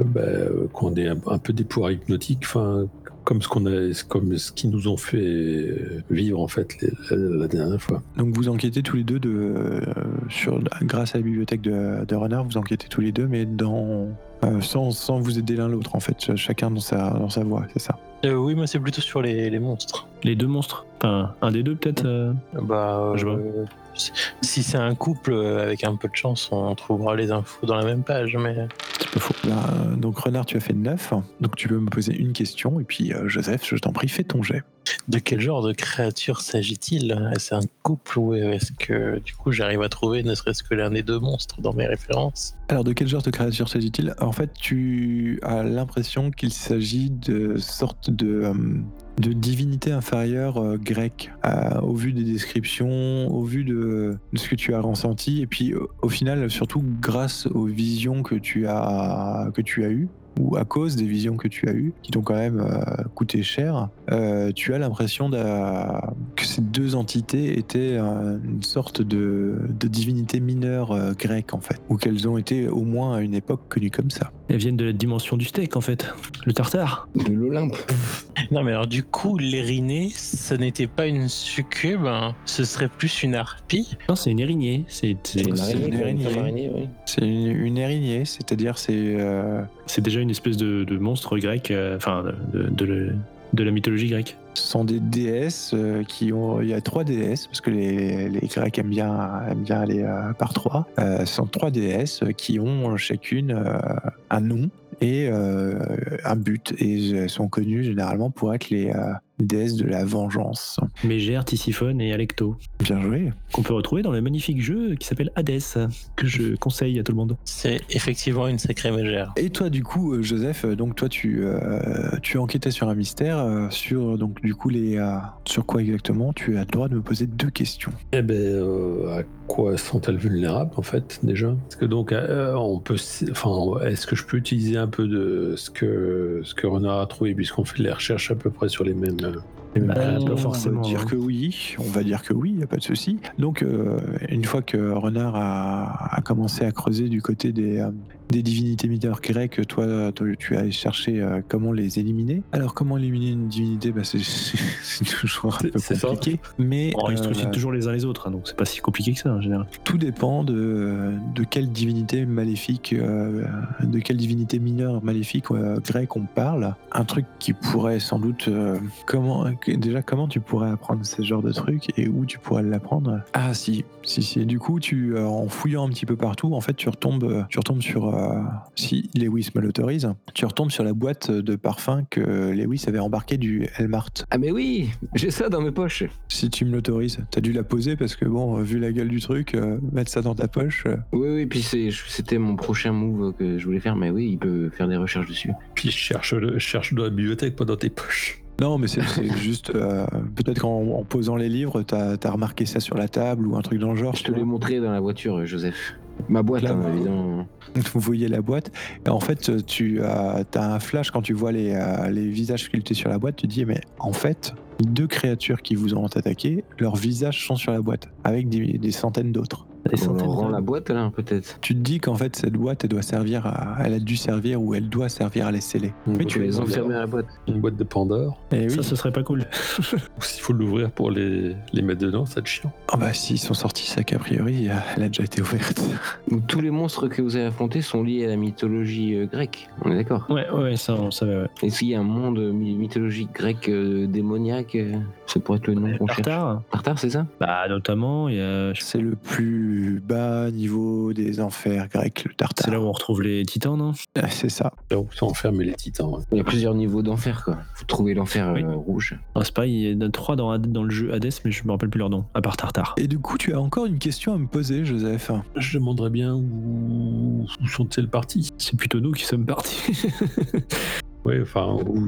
euh, bah, euh, qui ont des- un, un peu des pouvoirs hypnotiques, enfin, comme ce qu'on a, comme ce qui nous ont fait euh, vivre en fait les- la, la dernière fois.
Donc vous enquêtez tous les deux de, euh, sur, grâce à la bibliothèque de, de Renard, vous enquêtez tous les deux, mais dans, euh, sans, sans vous aider l'un l'autre en fait, ch- chacun dans sa, dans sa voie, c'est ça.
Euh, oui, moi, c'est plutôt sur les, les monstres.
Les deux monstres. Enfin, un des deux, peut-être. euh.
Bah, euh,
Je vois.
si- si c'est un couple, euh, avec un peu de chance, on trouvera les infos dans la même page. Mais euh,
C'est pas faux. Là, euh, donc Renard, tu as fait 9, donc tu peux me poser une question, et puis euh, Joseph, je t'en prie, fais ton jet.
de quel genre de créature s'agit-il Est-ce un couple ou est-ce que du coup j'arrive à trouver ne serait-ce que l'un des deux monstres dans mes références
Alors de quel genre de créature s'agit-il En fait, tu as l'impression qu'il s'agit de sorte de... euh, de divinité inférieure euh, grecque, euh, au vu des descriptions, au vu de, de ce que tu as ressenti, et puis euh, au final, surtout grâce aux visions que tu as, que tu as eues, ou à cause des visions que tu as eues, qui t'ont quand même euh, coûté cher, euh, tu as l'impression d'a- que ces deux entités étaient euh, une sorte de, de divinité mineure euh, grecque, en fait, ou qu'elles ont été au moins à une époque connues comme ça.
Elles viennent de la dimension du steak, en fait. Le tartare.
De l'Olympe.
Non, mais alors du coup, l'Érinée, ce n'était pas une succube, hein, ce serait plus une harpie.
Non, c'est une éreinée. C'est c'est-
Une
c'est
c'est-
araignée,
une
quoi, une
araignée.
femme araignée, oui.
C'est une, une araignée, c'est-à-dire c'est euh,
c'est déjà une espèce de, de monstre grec, euh, enfin, de, de, le- de la mythologie grecque.
ce sont des déesses euh, qui ont. Il y a trois déesses parce que les, les Grecs aiment bien aiment bien aller euh, par trois. Euh, ce sont trois déesses qui ont chacune euh, un nom et euh, un but et elles sont connues généralement pour être les euh, déesses de la vengeance.
Mégère, Tisiphone et Alecto,
Bien joué.
qu'on peut retrouver dans le magnifique jeu qui s'appelle Hades, que je conseille à tout le monde.
C'est effectivement une sacrée mégère.
Et toi, du coup, euh, Joseph, euh, donc toi, tu, euh, tu enquêtais sur un mystère, euh, sur donc du coup les, euh, sur quoi exactement Tu as le droit de me poser deux questions.
Eh ben, euh, à quoi sont-elles vulnérables en fait déjà Parce que donc, euh, on peut, s- enfin, est-ce que je peux utiliser un peu de ce que ce que Renard a trouvé puisqu'on fait les recherches à peu près sur les mêmes. euh,
Eh
Bah,
euh,
pas
On
forcément. hein.
va dire ben, que oui, on va dire que oui, y a pas de souci. Donc, euh, une fois que Renard a, a commencé à creuser du côté des, euh, des divinités mineures grecques, toi, tu- tu as cherché euh, comment les éliminer. Alors, comment éliminer une divinité bah, C'est *laughs* c'est toujours un
C'est-
peu
c'est ça.
compliqué. Mais
Bon, ils se
euh,
trucident toujours les uns les autres, hein, donc c'est pas si compliqué que ça en général.
Tout dépend de, de quelle divinité maléfique, euh, de quelle divinité mineure maléfique euh, grecque on parle. Un truc qui pourrait sans doute. euh, comment, que- déjà, comment tu pourrais apprendre ce genre de truc et où tu pourrais l'apprendre Ah, si, si, si. Et du coup, tu, euh, en fouillant un petit peu partout, en fait, tu retombes, euh, tu retombes sur. euh, si Lewis me l'autorise, tu retombes sur la boîte de parfum que Lewis avait embarqué du Helmart.
Ah, mais oui, j'ai ça dans mes poches.
Si tu me l'autorises, t'as dû la poser parce que, bon, vu la gueule du truc, euh, mettre ça dans ta poche. euh,
Oui, oui, puis c'est- c'était mon prochain move que je voulais faire, mais oui, il peut faire des recherches dessus.
Puis je cherche, le- je cherche dans la bibliothèque, pas dans tes poches.
Non, mais c'est
*laughs*
c'est juste. euh, Peut-être qu'en en posant les livres, t'as as remarqué ça sur la table ou un truc dans le genre.
Je te
tu
l'ai
vois.
montré dans la voiture, euh, Joseph. Ma boîte,
Là,
hein,
bah,
évidemment.
Vous voyez la boîte. Et en fait, tu as, un flash quand tu vois les, euh, les visages sculptés sur la boîte. Tu te dis, mais en fait, deux créatures qui vous ont attaqué, leurs visages sont sur la boîte, avec des, des centaines d'autres.
On leur rend la boîte, là, peut-être.
Tu te dis qu'en fait, cette boîte, elle doit servir à, elle a dû servir ou elle doit servir à les sceller. Mais
Faut
tu
les enfermer à la boîte.
Une boîte de Pandore.
Eh
Et Eh oui.
Ça, ce serait pas cool.
Ou S'il faut l'ouvrir pour les, les mettre dedans, ça te chiant.
Ah bah s'ils sont sortis, ça qu'a priori, euh, elle a déjà été ouverte.
Donc, tous les monstres que vous avez affrontés sont liés à la mythologie euh, grecque. On est d'accord
Ouais, ouais, ça, on savait, ouais.
Est-ce qu'il y a un monde euh, my- mythologique grec euh, démoniaque euh, Ça pourrait être le nom qu'on cherche.
Tartare
Tartare, c'est ça
Bah, notamment, il y a-
C'est le plus bas niveau des enfers grecs, le tartare.
c'est là où on retrouve les titans, non
Ah, C'est ça.
Là où ça enferme les titans. hein.
Il y a plusieurs niveaux d'enfer, quoi. Vous trouvez l'enfer euh,
Oui.
rouge. *laughs*
Ah, c'est pas, il y en a trois dans, Had- dans le jeu Hades, mais je me rappelle plus leur nom, à part Tartare.
Et du coup, tu as encore une question à me poser, Joseph.
Je demanderais bien où, où sont-elles parties
C'est plutôt nous qui
*laughs*
sommes partis.
Oui, enfin, où,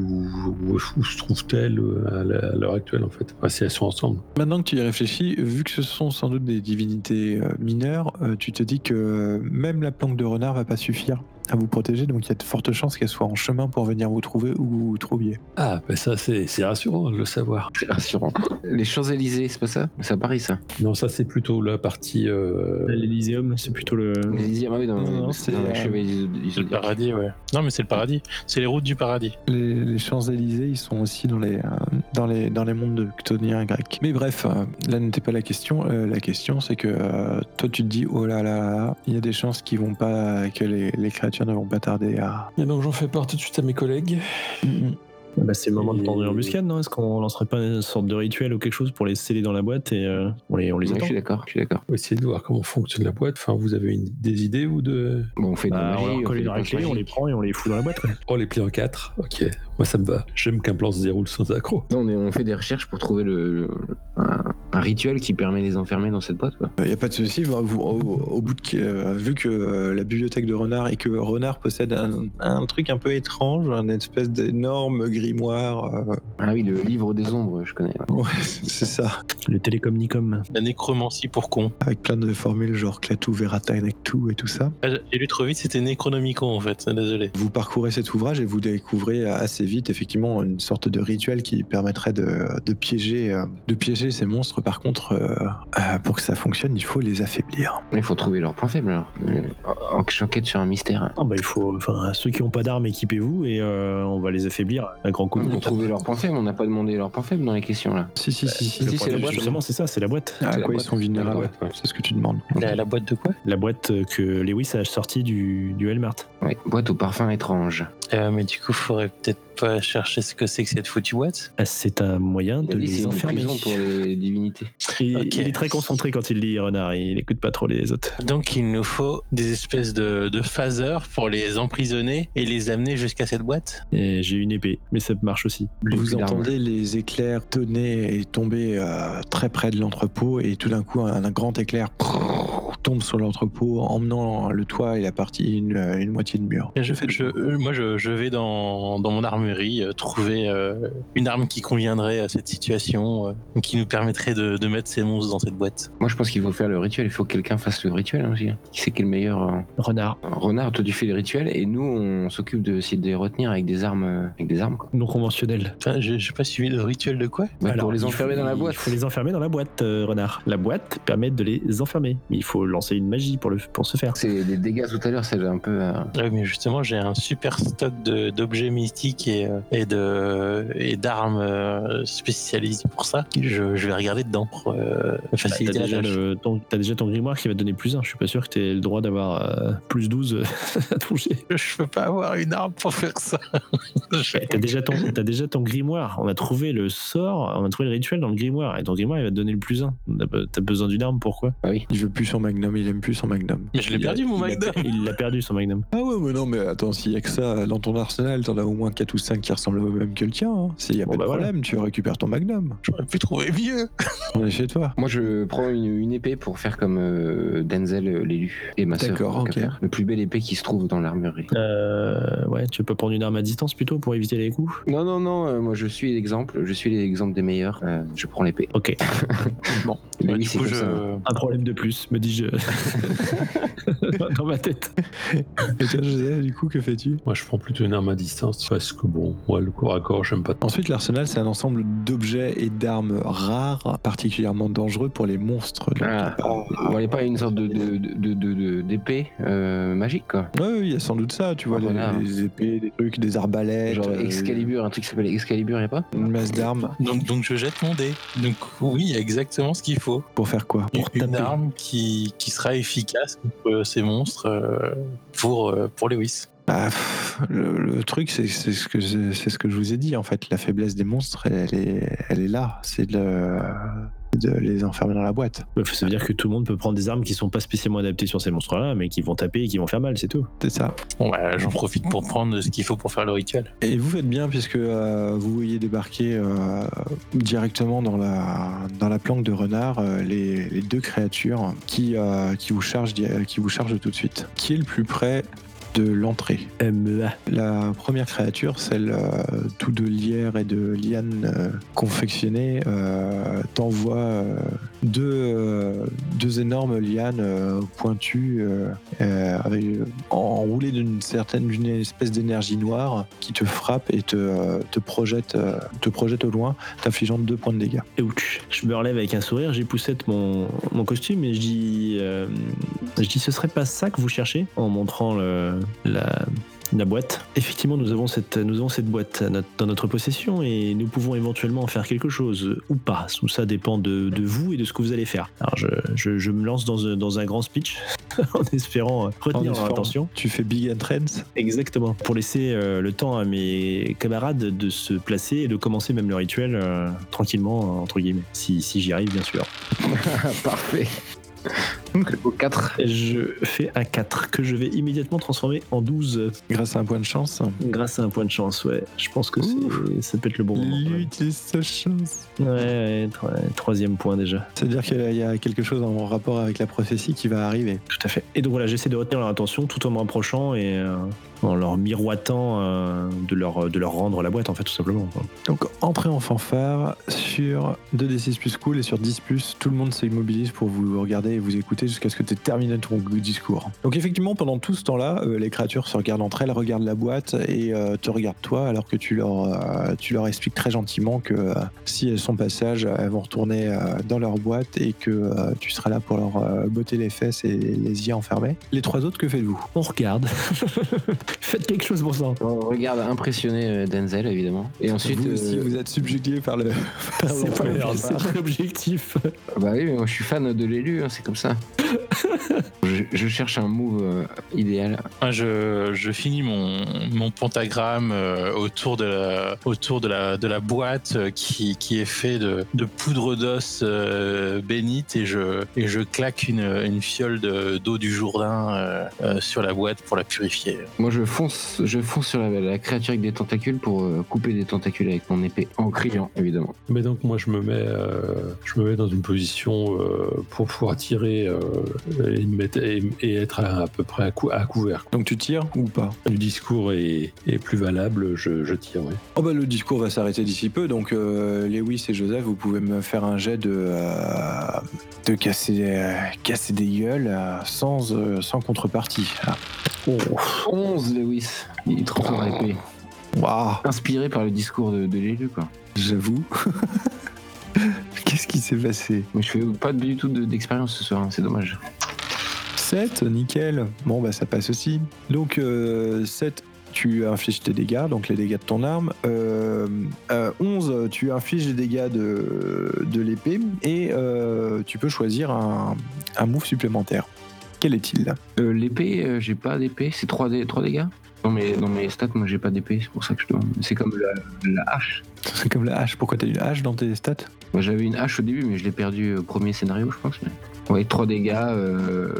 où- où se trouvent-elles euh, à la- à l'heure actuelle, en fait Enfin, Si elles sont ensemble.
Maintenant que tu y réfléchis, vu que ce sont sans doute des divinités euh, mineures, euh, tu te dis que même la planque de renard va pas suffire à vous protéger, donc il y a de fortes chances qu'elle soit en chemin pour venir vous trouver où vous vous trouviez.
Ah, ben ça, c'est c'est rassurant de le savoir.
C'est rassurant. Les Champs-Élysées, c'est pas ça C'est à Paris, ça.
Non, ça, c'est plutôt la partie. euh,
L'Elysium, c'est plutôt le.
L'Élysée, ah oui, dans,
Non, non,
dans
c'est,
la
euh,
Chevalier du- du
C'est le
Zodiac.
paradis, ouais. Non, mais c'est le paradis. C'est les routes du paradis.
Les, les Champs-Élysées, ils sont aussi dans les, euh, dans les, dans les mondes de ctoniens grecs. Mais bref, euh, là n'était pas la question. Euh, la question, c'est que euh, toi, tu te dis, oh là là, là, il y a des chances qu'ils vont pas, que les, les créatures ne vont pas tarder à.
Et donc, j'en fais part tout de suite à mes collègues.
Mm-hmm.
Bah, c'est le moment de tendre
Et-
une embuscade, non Est-ce qu'on lancerait pas une sorte de rituel ou quelque chose pour les sceller dans la boîte et euh, on, les, on les
Ouais, je
attend
suis d'accord, je suis d'accord.
On va essayer de voir comment fonctionne la boîte. Enfin, vous avez une- des idées ou de.
Bon, on fait de la
Bah,
magie,
on leur
on
colle
fait
les
des
dans la
trucs
clé, on les
magiques.
prend et on les fout dans la boîte. quoi.
Oh, les plis en 4. Ok, moi, ça me va. J'aime qu'un plan se déroule sans accro.
Non, mais on fait des recherches pour trouver le, le- un, un rituel qui permet de les enfermer dans cette boîte. Quoi.
Il n'y Bah, a pas de souci. vous- vous- au, au bout de, euh, vu que euh, la bibliothèque de Renard et que Renard possède un, un truc un peu étrange, un espèce d'énorme grimoire. euh, *laughs*
Ah oui, le livre des ombres, je connais. ouais.
ouais, c'est ça.
Le télécomnicom.
La nécromancie pour con.
Avec plein de formules genre Clatou, Verata, Nectou et tout ça.
Ah, J'ai lu trop vite, c'était Necronomicon en fait, désolé.
Vous parcourez cet ouvrage et vous découvrez assez vite effectivement une sorte de rituel qui permettrait de, de piéger, euh, de piéger ces monstres Par contre, euh, euh, pour que ça fonctionne, il faut les affaiblir.
Il faut trouver leur point faible alors. Euh, en- en- J'enquête sur un mystère.
Ah bah il faut, enfin, ceux qui n'ont pas d'armes, équipez-vous et euh, on va les affaiblir à grand coup. de
On faut
couteau.
trouver leur point faible, on n'a pas demandé leur point faible dans les questions là.
Si, si, si.
si,
Le
si, c'est
point
la
faible,
boîte.
Justement, c'est ça, c'est la boîte.
Ah, À
la
quoi ils
boîte.
sont vulnérables
Ouais,
ouais.
C'est ce que tu demandes.
La, la boîte de quoi
La boîte que Lewis a sortie du, du Hellmart.
Ouais, boîte au parfum étrange.
Euh, Mais du coup, faudrait peut-être pas chercher ce que c'est que cette foutue boîte.
Ah, C'est un moyen
Il
de
a dit, C'est
les
une
enfermer.
prison pour les divinités.
Il,
Ok.
il est très concentré quand il lit Renard, il n'écoute pas trop les autres.
Donc il nous faut des espèces de, de phasers pour les emprisonner et les amener jusqu'à cette boîte.
Et j'ai une épée, mais ça marche aussi.
Vous
plus d'armes.
entendez les éclairs tonner et tomber euh, très près de l'entrepôt et tout d'un coup un, un grand éclair *laughs* prrr, tombe sur l'entrepôt emmenant le toit et la partie une, euh, une moitié de mur.
Et Je, je- euh, moi, je, je vais dans, dans mon armurerie euh, trouver euh, une arme qui conviendrait à cette situation, euh, qui nous permettrait de, de mettre ces monstres dans cette boîte.
Moi je pense qu'il faut faire le rituel, il faut que quelqu'un fasse le rituel hein, aussi. Qui c'est qui est le meilleur euh,
Renard.
Renard, toi tu fais le rituel et nous on s'occupe de essayer de les retenir avec des armes. euh, Avec des armes quoi.
Non conventionnel.
Enfin, je n'ai pas suivi le rituel de quoi
Bah,
Alors,
pour les
il
enfermer
faut-
dans la
Il
boîte.
faut les enfermer dans la boîte, euh, Renard. La boîte permet de les enfermer, mais il faut lancer une magie pour, le, pour ce faire.
C'est des dégâts tout à l'heure, c'est un peu. euh,
Ouais, Ah mais justement, j'ai un super stock de- d'objets mystiques et, euh, et de et d'armes euh, spécialisées pour ça. Je, je vais regarder dedans pour euh,
Bah, T'as
faciliter la
déjà,
tâche.
le- ton, t'as déjà ton grimoire qui va te donner plus 1. Je suis pas sûr que t'aies le droit d'avoir euh, plus 12 *laughs* à ton jet.
Je peux pas avoir une arme pour faire ça. *laughs* Je-
T'as déjà, ton- t'as déjà ton grimoire. On a trouvé le sort, on a trouvé le rituel dans le grimoire. Et ton grimoire, il va te donner le plus 1. T'as besoin d'une arme, pourquoi
Il veut plus son magnum, il aime plus son magnum.
Mais je l'ai
Il a-
perdu mon
il a-
magnum.
Il l'a perdu son magnum.
Ah ouais, mais non, mais attends, s'il y a que ça dans ton arsenal, t'en as au moins 4 ou 5 qui ressemblent au même que le tien. hein. S'il y a
Bon,
pas
bah
de
voilà.
problème, tu récupères ton magnum.
J'aurais pu trouver mieux.
*laughs* On est chez toi.
Moi, je prends une, une épée pour faire comme euh, Denzel euh, l'élu et ma sœur.
D'accord,
tant qu'à
ok.
faire. Le plus bel épée qui se trouve dans l'armurerie.
Euh, ouais, tu peux prendre une arme à distance plutôt pour éviter les coups.
Non, non, non, euh, moi je suis l'exemple, je suis l'exemple des meilleurs, euh, je prends l'épée.
Ok,
Mais
Ouais,
oui,
du
c'est
coup,
comme
je,
ça, hein.
un problème de plus, me *laughs* dis-je. Dans ma tête.
Et toi, José, du coup, que fais-tu
Moi, je prends plutôt une arme à distance parce que, bon, moi, le corps à corps, j'aime pas.
Ensuite, l'arsenal, c'est un ensemble d'objets et d'armes rares, particulièrement dangereux pour les monstres. dont
Ah.
on parle.
Vous voyez pas une sorte de de- de- de- de- d'épée euh, magique, quoi.
Ouais, ouais, il y a sans doute ça, tu vois,
Ah,
les-
voilà.
les, épées, des trucs, des arbalètes.
Genre
euh,
Excalibur, un truc qui s'appelle Excalibur, y'a pas
Une masse d'armes.
donc, donc je jette mon dé. Donc oui, il y a exactement ce qu'il faut.
Pour faire quoi
Une- une
taper.
arme qui, qui sera efficace contre ces monstres euh, pour, euh, pour Lewis.
Bah, pff, le, le truc, c'est c'est ce, que je- c'est ce que je vous ai dit, en fait. La faiblesse des monstres, elle, elle est, elle est là. C'est de, de les enfermer dans la boîte.
Bah, Ça veut dire que tout le monde peut prendre des armes qui sont pas spécialement adaptées sur ces monstres-là, mais qui vont taper et qui vont faire mal, c'est tout.
C'est ça.
Bon, bah, j'en profite pour prendre ce qu'il faut pour faire le rituel.
Et vous faites bien puisque euh, vous voyez débarquer euh, directement dans la, dans la planque de renard euh, les, les deux créatures qui, euh, qui, vous chargent, di- qui vous chargent tout de suite. Qui est le plus près de l'entrée
MEA.
La première créature, celle euh, tout de lierre et de liane euh, confectionnée, euh, t'envoie euh, deux, euh, deux énormes lianes euh, pointues, euh, euh, avec- enroulées d'une certaine d'une espèce d'énergie noire qui te frappe et te, euh, te, projette, euh, te projette au loin, t'infligeant deux points de dégâts.
Et ouch. Je me relève avec un sourire, j'ai poussette mon, mon costume et je dis, euh, je dis ce serait pas ça que vous cherchez en montrant le- la, la boîte. Effectivement, nous avons cette, nous avons cette boîte à notre- dans notre possession et nous pouvons éventuellement en faire quelque chose euh, ou pas. Tout ça dépend de, de vous et de ce que vous allez faire. Alors je, je- je me lance dans un, dans un grand speech *laughs* en espérant euh, retenir
En
leur
espérant.
attention.
Tu fais Big and Trends
Exactement. Pour laisser euh, le temps à mes camarades de se placer et de commencer même le rituel euh, tranquillement, euh, entre guillemets. Si, si j'y arrive, bien sûr.
Ah,
*laughs* Parfait. Au 4.
Et je fais un 4 que je vais immédiatement transformer en 12 euh,
grâce à un point de chance.
grâce à un point de chance. Ouais, je pense que c'est- ça peut être le bon moment. quand même.
sa chance.
Ouais, ouais, tro- troisième point déjà.
C'est-à-dire qu'il y a quelque chose en rapport avec la prophétie qui va arriver.
Tout à fait. Et donc voilà, j'essaie de retenir leur attention tout en me rapprochant et euh, en leur miroitant euh, de, leur, de leur rendre la boîte, en fait, tout simplement. quoi.
Donc entrée en fanfare sur 2d6 plus cool et sur 10 plus, tout le monde s'immobilise pour vous regarder et vous écouter jusqu'à ce que tu aies terminé ton discours. Donc effectivement, pendant tout ce temps-là, euh, les créatures se regardent entre elles, regardent la boîte et euh, te regardent toi alors que tu leur, euh, tu leur expliques très gentiment que euh, si elles sont passage, elles vont retourner euh, dans leur boîte et que euh, tu seras là pour leur euh, botter les fesses et les y enfermer. Les trois autres, que faites-vous
On regarde. *laughs* Faites quelque chose pour ça.
On regarde impressionné euh, Denzel, évidemment. Et ensuite.
Vous aussi,
euh,
vous êtes subjugué par le... *laughs* par
*laughs* C'est pas,
l'enfer.
Oh, c'est pas l'objectif.
Bah oui, mais moi je suis fan de l'élu, hein, c'est comme ça. je, je cherche un move euh, idéal.
Moi, je, je finis mon, mon pentagramme euh, autour, de la, autour de, la, de la boîte euh, qui, qui est fait de, de poudre d'os euh, bénite et je, et je claque une, une fiole de- d'eau du Jourdain euh, euh, sur la boîte pour la purifier.
Moi je fonce, je fonce sur la, la créature avec des tentacules pour euh, couper des tentacules avec mon épée en criant, évidemment.
Mais donc moi je me mets, euh, je me mets dans une position euh, pour pouvoir tirer euh, et, me mettre- et- et être à, à peu près à, cou- à couvert.
Donc tu tires ou pas
Le discours est, est plus valable, je, je tire. ouais.
Oh bah le discours va s'arrêter d'ici peu, donc euh, Lewis et Joseph, vous pouvez me faire un jet de, euh, de casser, euh, casser des gueules euh, sans, euh, sans contrepartie. Ah.
11 Lewis, il transforme en épée.
Waouh,
Inspiré par le discours de, de l'élu, quoi.
j'avoue. *laughs* Qu'est-ce qui s'est passé
Mais je fais pas du tout de- d'expérience ce soir, hein, c'est dommage.
7, nickel. Bon bah ça passe aussi. Donc 7, tu infliges tes dégâts, donc les dégâts de ton arme. Euh, euh, 11, tu infliges les dégâts de, de l'épée et euh, tu peux choisir un, un move supplémentaire. Quel est-il
Euh, l'épée, euh, j'ai pas d'épée, c'est 3, dé, 3 dégâts dans mes, dans mes stats, moi j'ai pas d'épée, c'est pour ça que je demande. C'est comme la, la hache.
*laughs* C'est comme la hache. Pourquoi t'as une hache dans tes stats
Moi, j'avais une hache au début, mais je l'ai perdue au premier scénario, je pense. mais- Ouais, trois dégâts euh,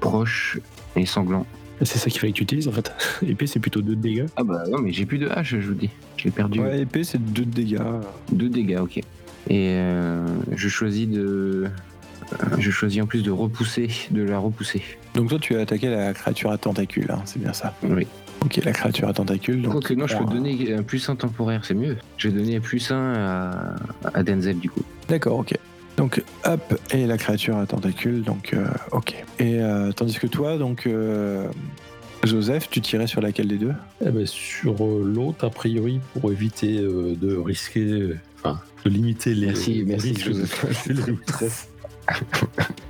proches et sanglants.
C'est ça qu'il fallait que tu utilises, en fait. Épée, c'est plutôt deux de dégâts.
Ah bah non, mais j'ai plus de hache, je vous dis. Je l'ai perdu.
Ouais, épée, c'est 2 de dégâts.
Deux dégâts, ok. Et euh, je choisis de. euh, Je choisis en plus de repousser, de la repousser.
Donc toi, tu as attaqué la créature à tentacules, hein, c'est bien ça.
Oui.
Ok, la créature à tentacules. Donc,
Quoique, non, je peux
bon,
donner un plus 1 temporaire, c'est mieux. Je vais donner un plus 1 à, à Denzel, du coup.
D'accord, ok. Donc hop, et la créature à tentacules, donc euh, ok. Et euh, tandis que toi, donc euh, Joseph, tu tirais sur laquelle des deux
Eh ben, sur euh, l'autre, a priori, pour éviter euh, de risquer, euh, enfin, de limiter les,
Merci,
les
merci,
risques *laughs* de
Joseph.
toucher le Louis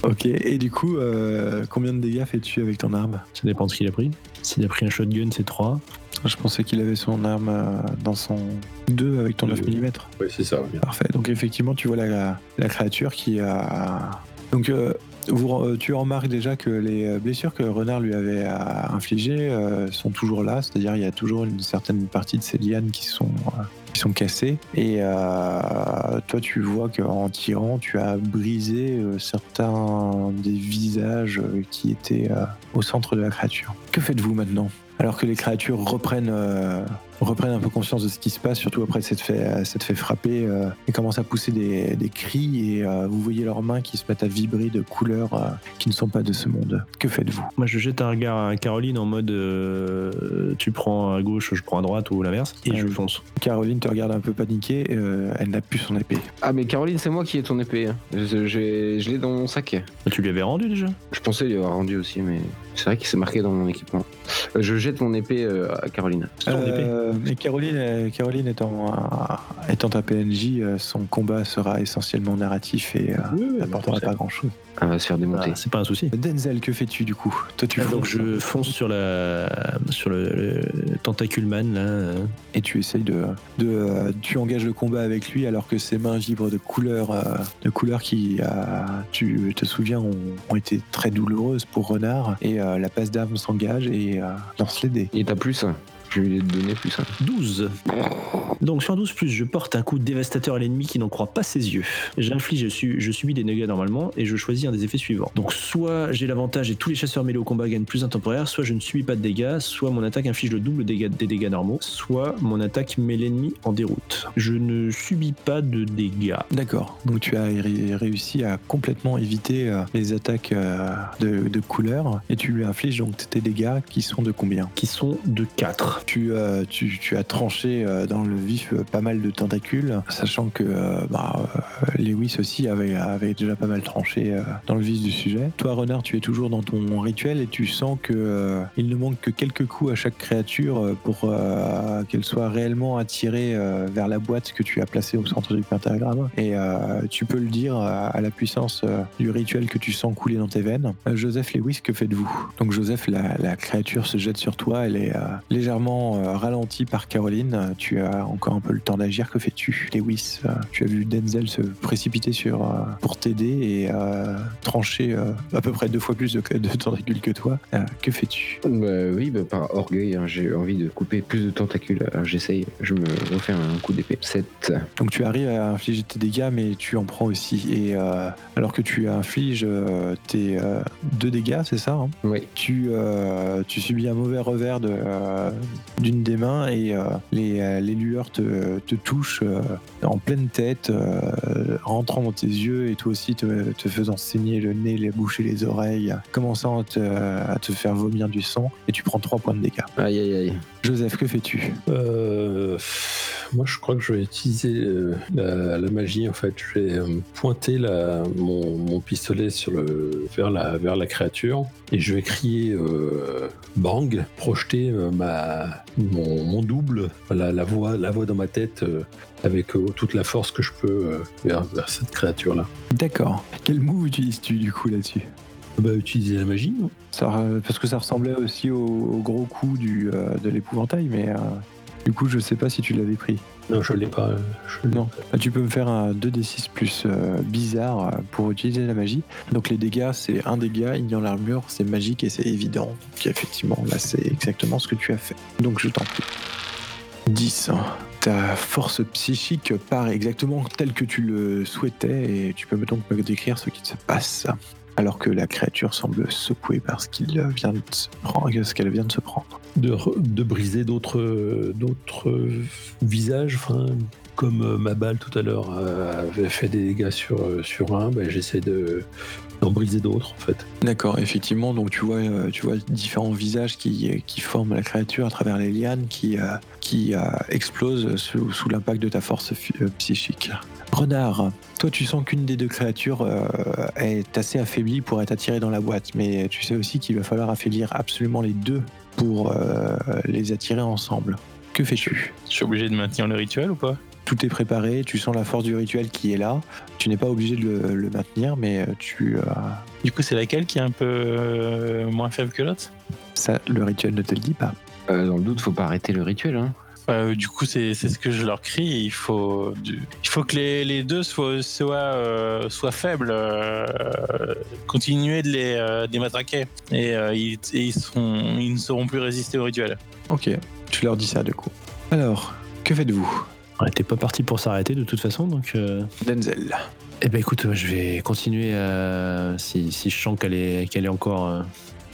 Ok, et du coup, euh, combien de dégâts fais-tu avec ton arme
Ça dépend de ce qu'il a pris. S'il a pris un shotgun, c'est 3.
Je pensais qu'il avait son arme euh, dans son 2 avec ton 9
Euh,
mm.
Oui, c'est ça. oui.
Parfait. Donc effectivement, tu vois la, la créature qui a. Donc euh, vous, euh, tu remarques déjà que les euh, blessures que Renard lui avait euh, infligées euh, sont toujours là, c'est-à-dire il y a toujours une certaine partie de ces lianes qui sont euh, qui sont cassées. Et euh, toi, tu vois qu'en tirant, tu as brisé euh, certains des visages euh, qui étaient euh, au centre de la créature. Que faites-vous maintenant alors que les créatures reprennent, euh, reprennent un peu conscience de ce qui se passe, surtout après s'être fait, euh, s'être fait frapper, euh, et commencent à pousser des, des cris, et euh, vous voyez leurs mains qui se mettent à vibrer de couleurs euh, qui ne sont pas de ce monde. Que faites-vous
Moi, je jette un regard à Caroline en mode euh, tu prends à gauche, je prends à droite ou l'inverse, et
Ah
je
oui.
fonce.
Caroline te regarde un peu paniquée, euh, elle n'a plus son épée.
Ah, mais Caroline, c'est moi qui ai ton épée. hein. Je, je- je l'ai dans mon sac.
Ah, Tu lui avais rendu déjà
Je pensais lui avoir rendu aussi, mais c'est vrai qu'il s'est marqué dans mon équipement. Euh, Je jette mon épée euh, à Caroline.
C'est ton épée.
Euh, mais Caroline, euh, Caroline étant, euh, étant un PNJ, euh, son combat sera essentiellement narratif et euh, n'apportera pas grand-chose.
Elle va se faire démonter.
Ah, C'est pas un souci.
Denzel, que fais-tu du coup Toi, tu
Ah, Donc
fonces
je fonce sur la sur le, le tentacule man là. euh.
et tu essayes de, de euh, tu engages le combat avec lui alors que ses mains vibrent de couleurs euh, de couleurs qui euh, tu te souviens ont, ont été très douloureuses pour Renard et euh, la passe d'armes s'engage et euh, lance les dés
Et t'as plus un. Je lui ai donné plus hein. un.
12. Donc sur un 12 je porte un coup dévastateur à l'ennemi qui n'en croit pas ses yeux. J'inflige, je, suis- je subis des dégâts normalement et je choisis un des effets suivants. Donc soit j'ai l'avantage et tous les chasseurs mêlés au combat gagnent plus un temporaire, soit je ne subis pas de dégâts, soit mon attaque inflige le double dégâts- des dégâts normaux, soit mon attaque met l'ennemi en déroute. Je ne subis pas de dégâts.
D'accord. Donc tu as ré- réussi à complètement éviter euh, les attaques euh, de, de couleur et tu lui infliges donc tes dégâts qui sont de combien
qui sont de 4.
tu, euh, tu, tu as tranché euh, dans le vif euh, pas mal de tentacules, sachant que euh, bah, euh, Lewis aussi avait, avait déjà pas mal tranché euh, dans le vif du sujet. Toi, Renard, tu es toujours dans ton rituel et tu sens que euh, il ne manque que quelques coups à chaque créature euh, pour euh, qu'elle soit réellement attirée euh, vers la boîte que tu as placée au centre du pentagramme. Et euh, tu peux le dire euh, à la puissance euh, du rituel que tu sens couler dans tes veines. Euh, Joseph Lewis, que faites-vous Donc Joseph, la, la créature se jette sur toi. Elle est euh, légèrement euh, ralentie par Caroline. Euh, Tu as encore un peu le temps d'agir. Que fais-tu Lewis, euh, tu as vu Denzel se précipiter sur euh, pour t'aider et euh, trancher euh, à peu près deux fois plus de, de tentacules que toi. Euh, que fais-tu
Bah oui, bah, par orgueil, hein, j'ai envie de couper plus de tentacules. Alors, J'essaye, je me refais un coup d'épée. 7.
Donc tu arrives à infliger tes dégâts, mais tu en prends aussi. Et euh, alors que tu infliges euh, tes euh, deux dégâts, c'est ça hein
Oui.
tu, euh, tu subis un mauvais revers de, euh, d'une des mains et euh, les, euh, les lueurs te, te touchent euh, en pleine tête, euh, rentrant dans tes yeux et toi aussi te, te faisant saigner le nez, les bouches et les oreilles, commençant à te, à te faire vomir du sang et tu prends 3 points de dégâts.
Aïe aïe aïe.
Joseph, que fais-tu
Euh, pff, moi, je crois que je vais utiliser euh, la, la magie. En fait, je vais euh, pointer la- mon, mon pistolet sur le, vers, la, vers la créature et je vais crier euh, bang, projeter euh, ma, mon, mon double, la, la voix, la voix dans ma tête euh, avec euh, toute la force que je peux euh, vers, vers cette créature-là.
D'accord. Quel move utilises-tu du coup là-dessus
Bah, utiliser la magie. non
Ça, euh, parce que ça ressemblait aussi au, au gros coup du, euh, de l'épouvantail, mais euh, du coup, je sais pas si tu l'avais pris.
Non, je l'ai pas. euh, je l'ai
Non. Bah, tu peux me faire un 2d6 plus euh, bizarre euh, pour utiliser la magie. Donc les dégâts, c'est un dégât, ignore l'armure, c'est magique et c'est évident. Donc effectivement, là, c'est exactement ce que tu as fait. Donc je t'en prie. 10. Ta force psychique part exactement telle que tu le souhaitais et tu peux donc me décrire ce qui se passe. Alors que la créature semble secouée par ce qu'il vient de se prendre, ce qu'elle vient de se prendre.
de, re- de briser d'autres euh, d'autres euh, visages. Enfin, comme euh, ma balle tout à l'heure euh, avait fait des dégâts sur, euh, sur un, ben, j'essaie de d'en briser d'autres en fait.
D'accord, effectivement. Donc tu vois, euh, tu vois différents visages qui, qui forment la créature à travers les lianes qui, euh, qui euh, explosent sous, sous l'impact de ta force phy- euh, psychique. Renard, toi tu sens qu'une des deux créatures euh, est assez affaiblie pour être attirée dans la boîte, mais tu sais aussi qu'il va falloir affaiblir absolument les deux pour euh, les attirer ensemble. Que fais-tu
Je suis obligé de maintenir le rituel ou pas
tout est préparé, tu sens la force du rituel qui est là. Tu n'es pas obligé de le, le maintenir, mais euh, tu, euh,
Du coup, c'est laquelle qui est un peu euh, moins faible que l'autre
ça, le rituel ne te le dit pas.
Euh, dans le doute, faut pas arrêter le rituel. Hein.
Euh, du coup, c'est c'est ce que je leur crie. Il faut, du- il faut que les, les deux soient, soient, euh, soient faibles. euh, continuer de les, euh, de les matraquer. Et, euh, ils, et ils, seront- ils ne sauront plus résister au rituel.
Ok, tu leur dis ça du coup. Alors, que faites-vous
Ouais, T'es pas parti pour s'arrêter de toute façon, donc... euh,
Denzel.
Eh ben écoute, je vais continuer euh, si, si je sens qu'elle est, qu'elle est encore... euh,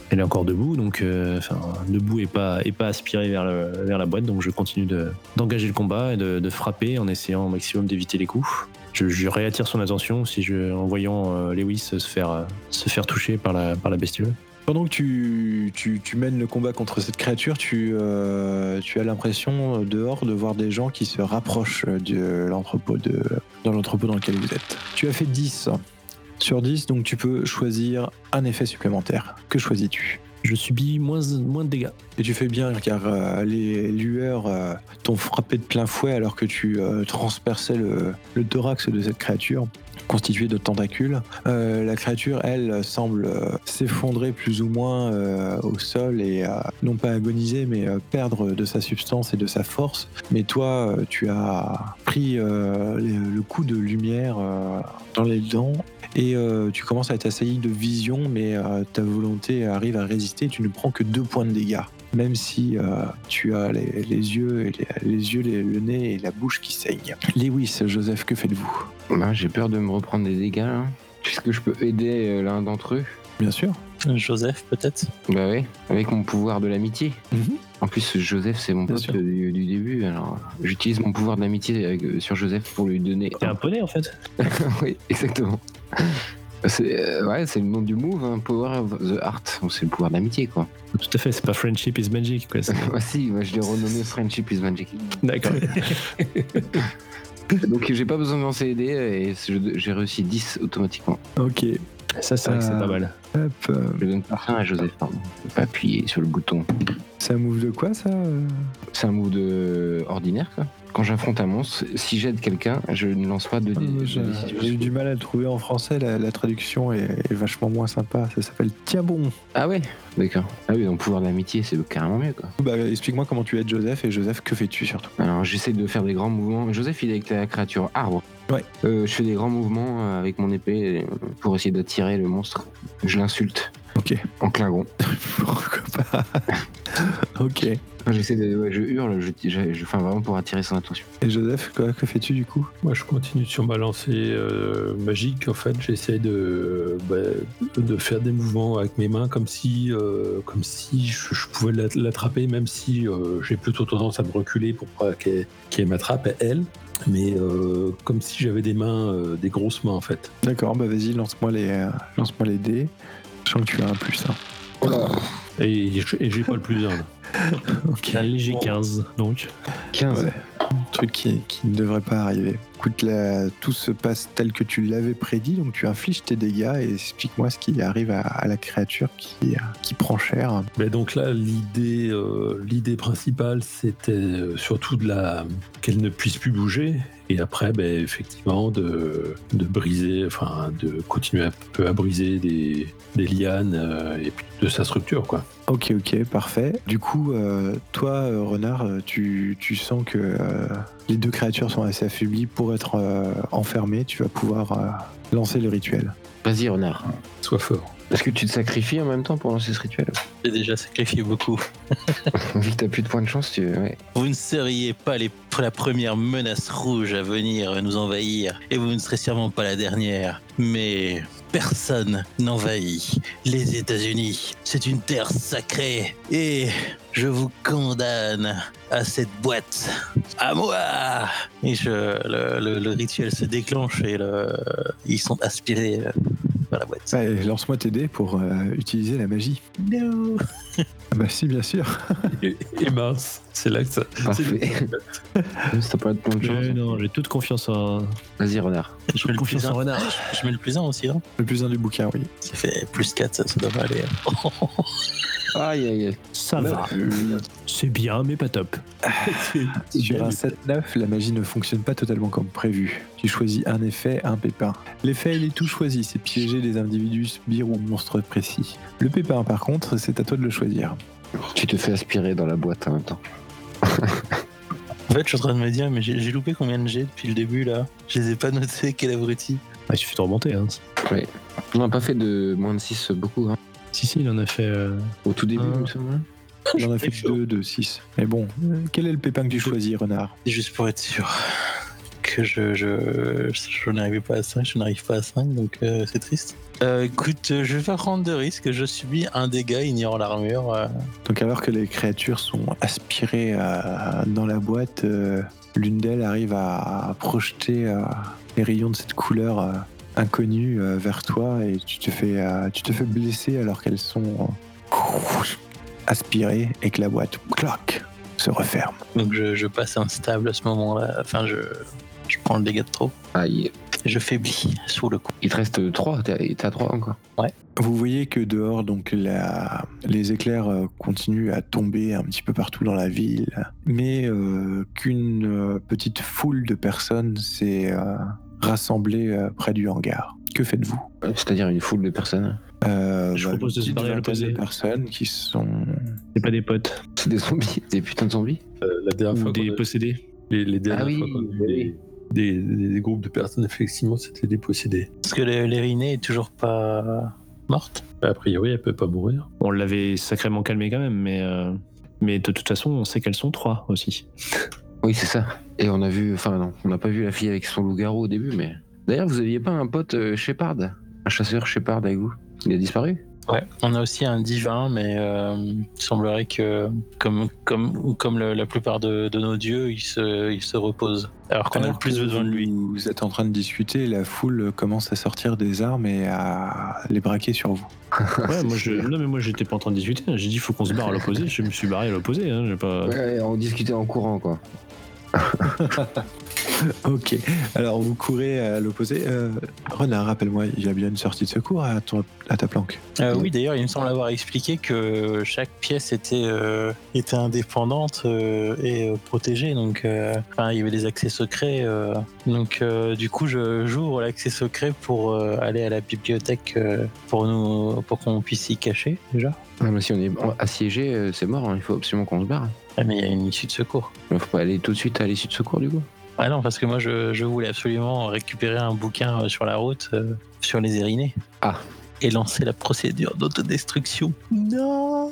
Elle est encore debout, donc euh, enfin debout et pas et pas aspirée vers, le- vers la boîte, donc je continue de- d'engager le combat et de, de frapper en essayant au maximum d'éviter les coups. Je, je réattire son attention si je en voyant euh, Lewis se faire euh, se faire toucher par la par la bestiole.
Pendant que tu, tu- tu mènes le combat contre cette créature, tu, euh, tu as l'impression euh, dehors de voir des gens qui se rapprochent euh, de l'entrepôt de, dans l'entrepôt dans lequel vous êtes. Tu as fait 10 sur 10, donc tu peux choisir un effet supplémentaire. Que choisis-tu
Je subis moins moins de dégâts.
Et tu fais bien car euh, les lueurs euh, t'ont frappé de plein fouet alors que tu euh, transperçais le, le thorax de cette créature constituée de tentacules. Euh, la créature, elle, semble euh, s'effondrer plus ou moins euh, au sol et euh, non pas agoniser mais euh, perdre de sa substance et de sa force. Mais toi, euh, tu as pris euh, les- le coup de lumière euh, dans les dents et euh, tu commences à être assailli de vision, mais euh, ta volonté arrive à résister. Tu ne prends que deux points de dégâts. même si euh, tu as les, les yeux, et les, les yeux, les- le nez et la bouche qui saignent. Lewis, Joseph, que faites-vous
Bah, j'ai peur de me reprendre des dégâts. là. Est-ce que je peux aider euh, l'un d'entre eux
Bien sûr.
Joseph, peut-être
Bah oui, avec mon pouvoir de l'amitié.
Mhm.
En plus, Joseph, c'est mon
Bien
pote
sûr.
euh, du, du début, alors j'utilise mon pouvoir d'amitié avec- euh, sur Joseph pour lui donner.
T'es un poney en fait.
*laughs* oui, exactement. C'est euh, ouais, c'est le nom du move, hein, Power of the Heart. Donc, C'est le pouvoir d'amitié, quoi. *laughs*
Tout à fait, c'est pas Friendship is Magic quoi. c'est-
Ah si, moi, je l'ai
*laughs*
renommé Friendship is Magic.
*laughs* D'accord.
Donc j'ai pas besoin de lancer les dés et je- j'ai réussi 10 automatiquement.
Ok.
Ça, c'est vrai que c'est
Euh,
pas mal.
Hop, euh,
Je donne pas rien à Joseph, pardon. Faut pas appuyer sur le bouton.
ça move de quoi ça euh
C'est un move de ordinaire, quoi. Quand j'affronte un monstre, si j'aide quelqu'un, je ne lance pas de
Ah,
dés.
moi,
de
J'ai
dés-
j'ai eu du mal à le trouver en français, la, la traduction est, est vachement moins sympa. Ça s'appelle Tiens bon.
Ah ouais D'accord. Ah oui, dans le pouvoir d'amitié, c'est carrément mieux, quoi.
Bah, explique-moi comment tu aides Joseph et Joseph, que fais-tu surtout
Alors j'essaie de faire des grands mouvements. Joseph, il est avec la créature arbre.
Ouais.
Euh, je fais des grands mouvements euh, avec mon épée euh, pour essayer d'attirer le monstre. Je l'insulte.
Ok.
En clingon.
*laughs* Pourquoi pas *laughs* Ok. Et
Enfin, J'essaie de. ouais, je hurle, je, je, je- enfin, vraiment pour attirer son attention.
Joseph, quoi, que fais-tu du coup
Moi, je continue sur ma lancée euh, magique. En fait, j'essaie de, euh, bah, de faire des mouvements avec mes mains comme si, euh, comme si je, je pouvais l'at- l'attraper, même si euh, j'ai plutôt tendance à me reculer pour pas qu'elle qu'elle m'attrape, elle. Mais euh, comme si j'avais des mains, euh, des grosses mains, en fait.
D'accord, bah vas-y, lance-moi les, euh, lance-moi les dés. Sachant que tu as un plus. hein.
Et, je- et j'ai pas le plus un. là.
Un léger 15, donc.
15.
Ouais. Un truc qui, qui ne devrait pas arriver. Écoute, là, tout se passe tel que tu l'avais prédit, donc tu infliges tes dégâts et explique-moi ce qui arrive à, à la créature qui, euh, qui prend cher.
Mais donc là, l'idée, euh, l'idée principale, c'était euh, surtout de la qu'elle ne puisse plus bouger. Et après, ben, effectivement, de, de briser, enfin, de continuer un peu à briser des, des lianes euh, et puis de sa structure, quoi.
Ok, ok, parfait. Du coup, euh, toi, euh, Renard, euh, tu, tu sens que euh, les deux créatures sont assez affaiblies pour être euh, enfermées. Tu vas pouvoir euh, lancer le rituel.
Vas-y, renard.
Sois fort.
Est-ce que tu te sacrifies en même temps pour lancer ce rituel *laughs*
J'ai déjà sacrifié beaucoup.
Vu que t'as plus de points de chance, tu. Ouais.
Vous ne seriez pas les, la première menace rouge à venir nous envahir, et vous ne serez sûrement pas la dernière. Mais personne n'envahit les États-Unis. C'est une terre sacrée, et je vous condamne à cette boîte. À moi Et je, le, le- le rituel se déclenche et le, ils sont aspirés euh, par la boîte.
Allez, lance-moi tes dés pour euh, utiliser la magie.
No.
*laughs* Ah bah si, bien sûr.
Et, et mince, c'est là que ça.
Parfait. Si t'as pas de points de chance.
Mais non, j'ai toute confiance en.
Vas-y, renard.
Je mets le
Confiance
plus
en
un.
renard.
Je mets le plus un aussi, hein.
Le plus un du bouquin, oui.
Ça fait plus 4, ça, ça devrait aller.
Aïe, aïe, aïe.
Ça
bah.
va. C'est bien, mais pas top. *laughs*
Sur un 7-9, la magie ne fonctionne pas totalement comme prévu. Tu choisis un effet, un pépin. L'effet, il est tout choisi, c'est piéger des individus, sbires ou monstres précis. Le pépin, par contre, c'est à toi de le choisir.
Tu te fais aspirer dans la boîte en même temps.
En fait, je suis en train de me dire, mais j'ai j'ai loupé combien de jets depuis le début là Je les ai pas notés, quel abruti.
Ah, il suffit de remonter. Hein.
On n'a pas fait de moins de 6 beaucoup. Hein.
Si, si, il en a fait. euh,
Au tout début,
Ah.
il me semble. hein.
J'en ai fait 2, 2, 6. Mais bon, euh, quel est le pépin que tu choisis, renard
C'est juste pour être sûr que je, je, je n'arrivais pas à 5, je n'arrive pas à 5, donc euh, c'est triste. Euh, écoute, euh, je vais pas prendre de risque, je subis un dégât ignorant l'armure. euh.
Donc alors que les créatures sont aspirées euh, dans la boîte, euh, l'une d'elles arrive à projeter euh, les rayons de cette couleur euh, inconnue euh, vers toi et tu te fais, euh, tu te fais blesser alors qu'elles sont euh, aspirées et que la boîte clac, se referme.
Donc je, je passe instable à ce moment-là, enfin je, je prends le dégât de trop.
Aïe.
Et je faiblis sous le coup.
Ah, Il te reste 3. T'as 3 encore.
Vous voyez que dehors, donc la- les éclairs euh, continuent à tomber un petit peu partout dans la ville, mais euh, qu'une euh, petite foule de personnes s'est euh, rassemblée euh, près du hangar. Que faites-vous
Ouais, C'est-à-dire une foule de personnes.
Euh,
Je propose de
une
se barrer à
petite
l'opposé.
vingtaine de personnes qui sont
C'est pas des potes.
C'est des zombies. Des putains de zombies.
Euh, la dernière
Ou
fois,
des
qu'on a-
possédés.
les, les dernières
Ah oui,
fois qu'on a eu
oui.
des, des- des groupes de personnes, effectivement, c'était des possédés.
Parce que l'é- l'Érinée est toujours pas morte
A priori, elle peut pas mourir.
On l'avait sacrément calmé quand même, mais. euh, Mais de toute façon, on sait qu'elles sont trois aussi.
Oui, c'est ça. Et on a vu, enfin non, on n'a pas vu la fille avec son loup-garou au début, mais. D'ailleurs, vous aviez pas un pote euh, Shepard Un chasseur Shepard avec vous Il a disparu
Ouais, on a aussi un divin, mais euh, il semblerait que, comme, comme, comme le- la plupart de, de nos dieux, il se, il se repose. Alors qu'on a le
Alors
plus
que
besoin de lui.
Vous vous êtes en train de discuter, la foule commence à sortir des armes et à les braquer sur vous.
Ouais, moi, je... Non, mais moi, j'étais pas en train de discuter. hein. J'ai dit, faut qu'on se barre à l'opposé. Je me suis barré à l'opposé. hein. J'ai pas...
Ouais, ouais, on discutait en courant, quoi.
Ok, alors vous courez à l'opposé. Euh, Renard, rappelle-moi, il y a bien une sortie de secours à, ton- à ta planque.
Euh, oui, d'ailleurs, il me semble avoir expliqué que chaque pièce était, euh, était indépendante euh, et euh, protégée. Donc, euh, enfin, il y avait des accès secrets. euh. donc, euh, du coup, je- j'ouvre l'accès secret pour euh, aller à la bibliothèque euh, pour nous, pour qu'on puisse s'y cacher déjà.
Ah, mais si on est assiégé, euh, c'est mort, hein. il faut absolument qu'on se barre.
Ah, mais il y a une issue de secours.
Mais faut pas aller tout de suite à l'issue de secours, du coup.
Ah non, parce que moi, je, je voulais absolument récupérer un bouquin euh, sur la route, euh, sur les Érinées.
Ah.
Et lancer la procédure d'autodestruction. Non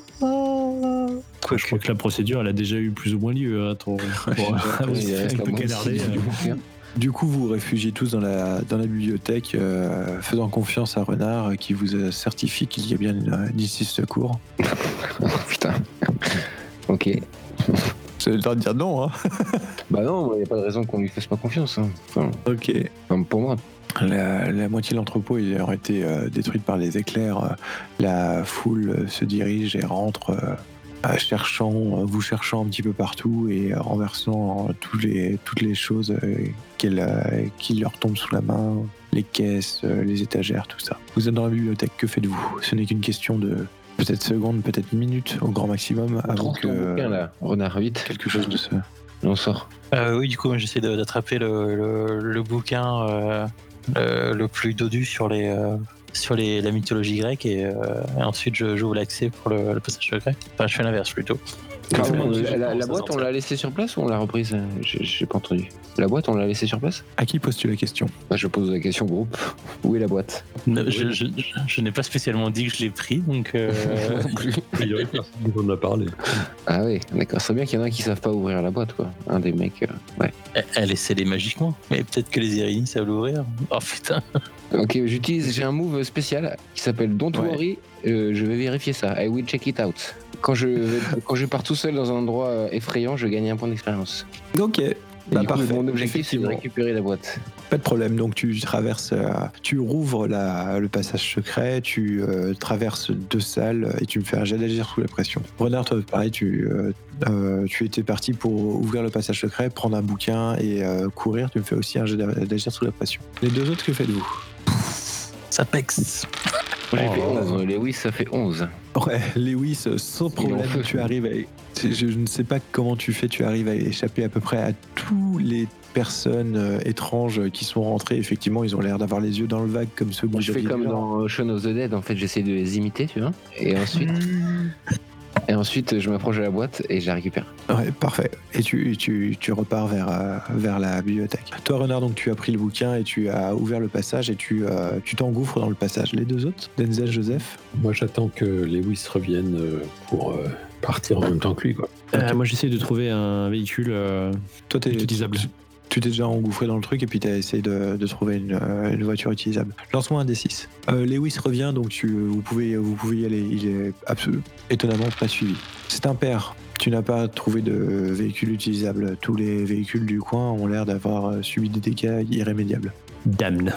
Je crois que la procédure, elle a déjà eu plus ou moins lieu. hein, Attends. Bon,
Il reste
on
la
Ah, peut
moitié
canarder,
du *laughs*
euh.
bouquin.
Du coup, vous vous réfugiez tous dans la, dans la bibliothèque, euh, faisant confiance à Renard euh, qui vous euh, certifie qu'il y a bien une, euh, une issue de secours.
Oh, Putain. *laughs* ok.
Vous avez le temps de dire non, hein
Bah non, il n'y a pas de raison qu'on lui fasse pas confiance. hein. Enfin,
Ok.
enfin, pour moi.
La, la moitié de l'entrepôt ayant été euh, détruite par les éclairs, euh, la foule euh, se dirige et rentre, euh, euh, cherchant, euh, vous cherchant un petit peu partout et euh, renversant euh, tous les, toutes les choses euh, qu'elle, euh, qui leur tombent sous la main, les caisses, euh, les étagères, tout ça. Vous êtes dans la bibliothèque, que faites-vous Ce n'est qu'une question de peut-être secondes, peut-être minutes au grand maximum
On
avant
trouve
que
ton bouquin, là. Renard, vite.
quelque chose ne se...
Et on sort.
Euh, oui, du coup, moi, j'essaie de- d'attraper le, le- le bouquin euh, le, le plus dodu sur les euh, sur les, la mythologie grecque et, euh, et ensuite je- j'ouvre l'accès pour le, le passage secret. Enfin, je fais l'inverse plutôt.
Pardon,
Comment
euh,
tu-
la, la
comment ça
boîte, on
sort,
l'a laissée sur place ou on l'a reprise euh, J'ai j'ai pas entendu. La boîte, on l'a laissée sur place
À qui poses-tu la question
Bah, Je pose la question groupe. *laughs* Où est la boîte
Ne- Je, je- je- je n'ai pas spécialement dit que je l'ai pris, donc *laughs* euh,
Il y aurait personne dont on a parlé.
Ah oui, d'accord. C'est bien qu'il y en a qui savent pas ouvrir la boîte, quoi. Un des mecs. euh, Ouais.
elle- elle est scellée magiquement. Mais peut-être que les Irines savent l'ouvrir. Oh putain.
Ok, j'utilise. J'ai un move spécial qui s'appelle Don't
Ouais.
Worry. Euh, je vais vérifier ça. I will check it out. Quand je, *laughs* vais- quand je pars tout seul dans un endroit euh, effrayant, je gagne un point d'expérience.
Ok.
Et du coup, mon objectif, c'est de récupérer la boîte.
Pas de problème. Donc tu traverses, euh, tu rouvres la- le passage secret, tu euh, traverses deux salles et tu me fais un jet d'agir sous la pression. Renard, toi, pareil, tu, euh, euh, tu étais parti pour ouvrir le passage secret, prendre un bouquin et euh, courir. Tu me fais aussi un jet d'a- d'agir sous la pression. Les deux autres, que faites-vous
Ça pexe.
Moi, j'ai
Oh,
fait
oh,
11. Lewis, ça fait 11.
Ouais, Lewis, sans problème,
fait.
tu arrives à. Je je ne sais pas comment tu fais, tu arrives à échapper à peu près à tous les personnes euh, étranges qui sont rentrées. Effectivement, ils ont l'air d'avoir les yeux dans le vague comme ceux que
je
vous
fais
aviez
comme
vu.
dans euh, Shaun of the Dead, en fait, j'essaie de les imiter, tu vois. Et ensuite, et ensuite je m'approche de la boîte et je la récupère.
Ouais, parfait. Et tu, et tu, tu repars vers, euh, vers la bibliothèque. Toi, Renard, donc tu as pris le bouquin et tu as ouvert le passage et tu euh, tu t'engouffres dans le passage. Les deux autres, Denzel, Joseph
Moi, j'attends que Lewis revienne euh, pour euh, partir en même temps que lui. Quoi.
Euh, moi, j'essaie de trouver un véhicule euh,
Toi, t'es-
utilisable.
tu t'es déjà engouffré dans le truc et puis t'as essayé de, de trouver une, euh, une voiture utilisable. Lance-moi un D6. Euh, Lewis revient, donc tu, vous, pouvez, vous pouvez y aller. Il est absolument étonnamment pas suivi. C'est un père. Tu n'as pas trouvé de véhicule utilisable. Tous les véhicules du coin ont l'air d'avoir euh, subi des dégâts irrémédiables.
Damn.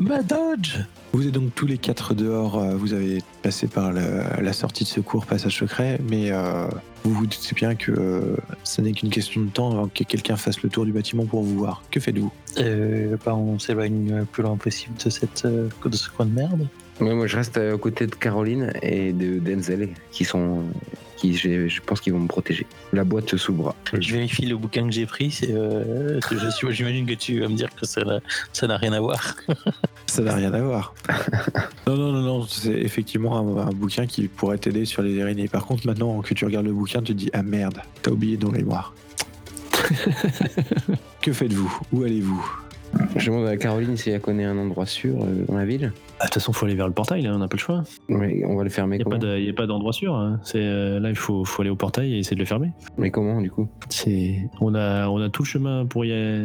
Ma dodge.
Vous êtes donc tous les quatre dehors, euh, vous avez passé par le- la sortie de secours, passage secret, mais euh, vous vous doutez bien que euh, ça n'est qu'une question de temps avant que quelqu'un fasse le tour du bâtiment pour vous voir. Que faites-vous
Euh, bah, on s'éloigne le plus loin possible de cette euh, de ce coin de merde.
Ouais, moi, je reste euh, aux côtés de Caroline et de Denzel, qui sont. qui j'ai- je pense qu'ils vont me protéger. La boîte sous le bras.
Je vérifie le bouquin que j'ai pris. c'est, euh,
*laughs*
je suis- J'imagine que tu vas me dire que ça n'a- ça n'a rien à voir.
Ça n'a rien à voir. non, non, non, non, c'est effectivement un, un bouquin qui pourrait t'aider sur les araignées. Par contre, maintenant que tu regardes le bouquin, tu te dis Ah merde, t'as oublié dans les mémoire. que faites-vous Où allez-vous
Je demande à Caroline si elle connaît un endroit sûr euh, dans la ville.
Ah, De toute façon, faut aller vers le portail, là, on n'a pas le choix.
Mais on va le fermer
Il
comment
n'y a pas d'endroit sûr. hein. C'est, euh, là, il faut, faut aller au portail et essayer de le fermer.
Mais comment du coup
C'est, on, a, on a tout le chemin pour, y, a-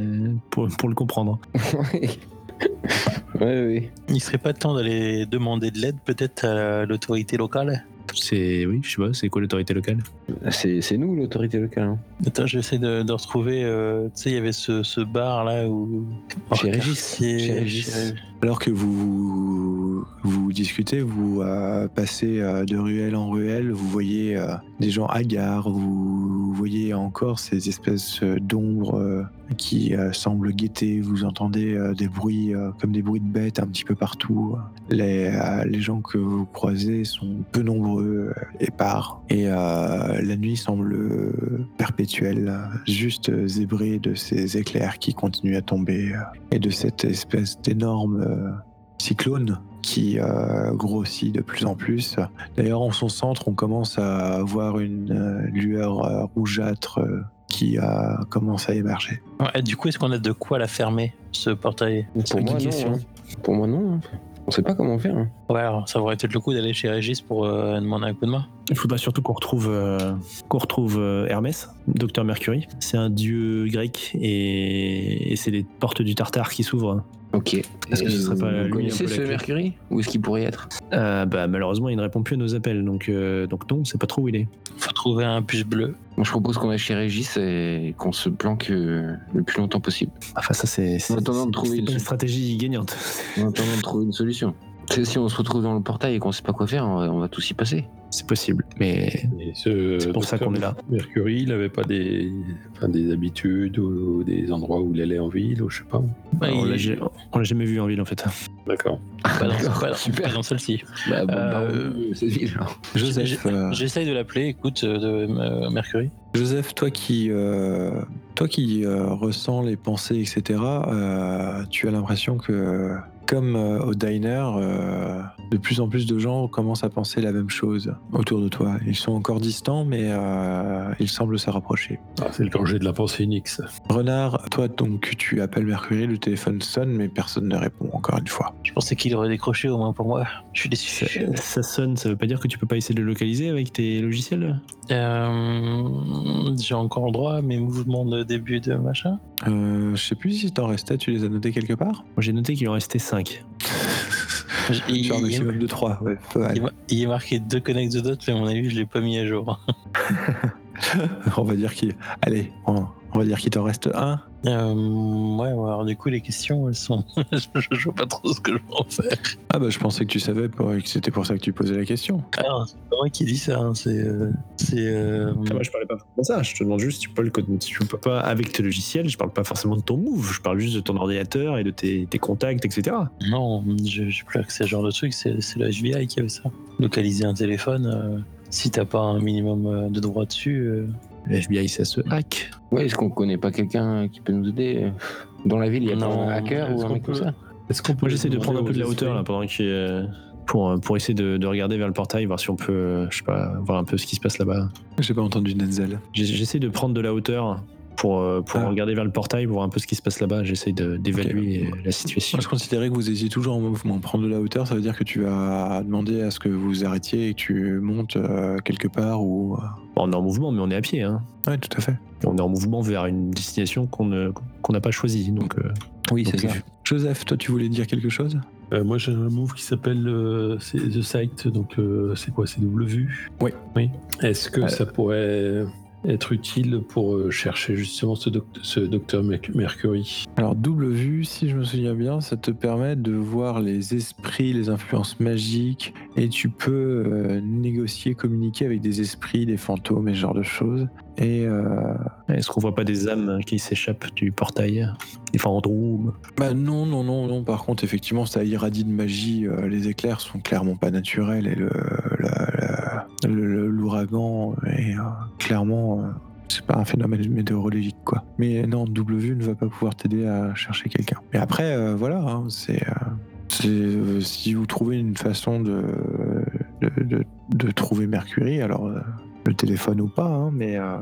pour, pour le comprendre.
Ouais, ouais.
Il serait pas temps d'aller demander de l'aide peut-être à l'autorité locale
C'est, oui, je sais pas, c'est quoi l'autorité locale
ouais. C'est c'est nous l'autorité locale. hein.
Attends, j'essaie de, de retrouver. euh, tu sais, il y avait ce, ce bar là où.
Chez Régis.
Oh, Quartier-
Chez Régis.
Alors que vous vous discutez, vous euh, passez euh, de ruelle en ruelle, vous voyez euh, des gens hagards, vous voyez encore ces espèces euh, d'ombres euh, qui euh, semblent guetter, vous entendez euh, des bruits euh, comme des bruits de bêtes un petit peu partout. Les, euh, les gens que vous croisez sont peu nombreux, euh, épars, et euh, la nuit semble euh, perpétuelle, juste euh, zébrée de ces éclairs qui continuent à tomber et de cette espèce d'énorme euh, cyclone qui euh, grossit de plus en plus. D'ailleurs, en son centre, on commence à voir une euh, lueur euh, rougeâtre euh, qui euh, commence à émerger.
Ouais, et du coup, est-ce qu'on a de quoi la fermer, ce portail
Pour moi,
une question.
non, hein. Pour moi, non. hein. On sait pas comment faire. hein.
Ouais, alors, ça vaudrait peut-être le coup d'aller chez Régis pour euh, demander un coup de main.
Il faudra surtout qu'on retrouve, euh, qu'on retrouve euh, Hermès, docteur Mercury. C'est un dieu grec et, et c'est les portes du Tartare qui s'ouvrent.
Ok.
Est-ce que ce serait pas lui un
Vous
peu
connaissez
la
ce
clé
Mercury Où est-ce qu'il pourrait être
Euh, bah, malheureusement, il ne répond plus à nos appels, donc, euh, donc non, on sait pas trop où il est.
Faut trouver un bus bleu.
Moi, je propose qu'on aille chez Régis et qu'on se planque euh, le plus longtemps possible.
Enfin, ça, c'est
En attendant de trouver une
une
solution.
stratégie gagnante. *laughs*
En attendant de trouver une solution. Tu sais, si on se retrouve dans le portail et qu'on sait pas quoi faire, on va, on va tous y passer.
C'est possible, mais
Et ce
c'est pour ça
docteur
qu'on est là.
Mercury, il n'avait pas des, enfin, des habitudes ou des endroits où il allait en ville, ou je sais pas.
Bah,
Ouais,
on
il-
l'a ja- on l'a jamais vu en ville, en *laughs* fait.
D'accord.
*laughs*
pas dans, pas dans-
super.
pas dans celle-ci.
Bah, bon,
Euh,
bah, on- cette ville.
Joseph, euh,
J'essaye de l'appeler, écoute, euh, de, euh, Mercury.
Joseph, toi qui, euh, toi qui euh, ressens les pensées, etc., euh, tu as l'impression que, comme euh, au diner, euh, de plus en plus de gens commencent à penser la même chose autour de toi. Ils sont encore distants, mais euh, ils semblent se rapprocher.
Ah, c'est le danger de la pensée unique, ça.
Renard, toi donc tu appelles Mercury, le téléphone sonne, mais personne ne répond encore une fois.
Je pensais qu'il aurait décroché au moins pour moi. Je suis
Ça,
déçu.
ça sonne, ça veut pas dire que tu peux pas essayer de le localiser avec tes logiciels
Euh, J'ai encore le droit à mes mouvements de début
*laughs*
de machin.
Euh, je sais plus si t'en restais, tu les as notés quelque part
Moi, j'ai noté qu'il en restait 5.
J- Il,
Tu as un
il-
maximum de 3, ouais. pas mal.
*laughs* il m'a- il est marqué deux connect the dots, mais à mon avis, je l'ai pas mis à jour.
On va dire qu'il... Allez, on, on va dire qu'il t'en reste un.
Euh, ouais, ouais, alors du coup, les questions, elles sont. *laughs* je, je vois pas trop ce que je vais en faire.
Ah bah je pensais que tu savais pour- que c'était pour ça que tu posais la question.
Alors, Ah, c'est pas moi qui dis ça, hein, c'est. euh, c'est. euh,
Ah, je parlais pas forcément de ça. Je te demande juste si tu peux le code- si tu peux pas avec tes logiciels. Je parle pas forcément de ton move. Je parle juste de ton ordinateur et de tes, tes contacts, etc.
Non, je- j'ai plus accès à ce genre de truc, c'est c'est la FBI qui avait ça. Localiser un téléphone, euh, si t'as pas un minimum euh, de droit dessus. euh,
Le FBI, ça se hack.
Ouais, est-ce qu'on connaît pas quelqu'un qui peut nous aider euh, Dans la ville, il y a pas
Non,
un hacker ou
est-ce
un
qu'on
mec comme
peut-
ça
Est-ce qu'on peut
Moi, j'essaie de
demander
prendre un peu de la
aux
hauteur là
esprits
pendant qu'il euh, pour euh, pour essayer de, de regarder vers le portail, voir si on peut, euh, je sais pas, voir un peu ce qui se passe là-bas.
J'ai pas entendu Denzel.
J'ai- J'essaie de prendre de la hauteur. Pour, euh, pour
Ah.
regarder vers le portail, pour voir un peu ce qui se passe là-bas, j'essaie de- d'évaluer euh, la situation.
Moi je considérais que vous étiez toujours en mouvement. Prendre de la hauteur, ça veut dire que tu vas demander à ce que vous arrêtiez et que tu montes euh, quelque part ou... euh,
On est en mouvement, mais on est à pied. Hein.
Ouais, tout à fait.
On est en mouvement vers une destination qu'on ne- qu'on n'a pas choisie. Donc, euh,
Oui,
c'est ça.
Joseph, toi tu voulais dire quelque chose
Euh, Moi, j'ai un move qui s'appelle euh, c'est The Sight, donc euh, c'est quoi C'est double vue
Oui.
oui. Est-ce que
Euh.
ça pourrait être utile pour euh, chercher justement ce, doc- ce docteur Merc- Mercury
Alors double vue, si je me souviens bien, ça te permet de voir les esprits, les influences magiques, et tu peux euh, négocier, communiquer avec des esprits, des fantômes et ce genre de choses. Et euh,
Est-ce qu'on voit pas des âmes qui s'échappent du portail Des fantômes
Bah non, non, non, non. Par contre, effectivement, ça irradie de magie. euh, les éclairs sont clairement pas naturels et le la- la- le- le- l'ouragan est euh, clairement euh, c'est pas un phénomène météorologique quoi. Mais non, double vue ne va pas pouvoir t'aider à chercher quelqu'un. Mais après, euh, voilà, hein, c'est euh, c'est, euh, si vous trouvez une façon de de, de- de trouver Mercury, alors euh, le téléphone ou pas, hein, mais euh,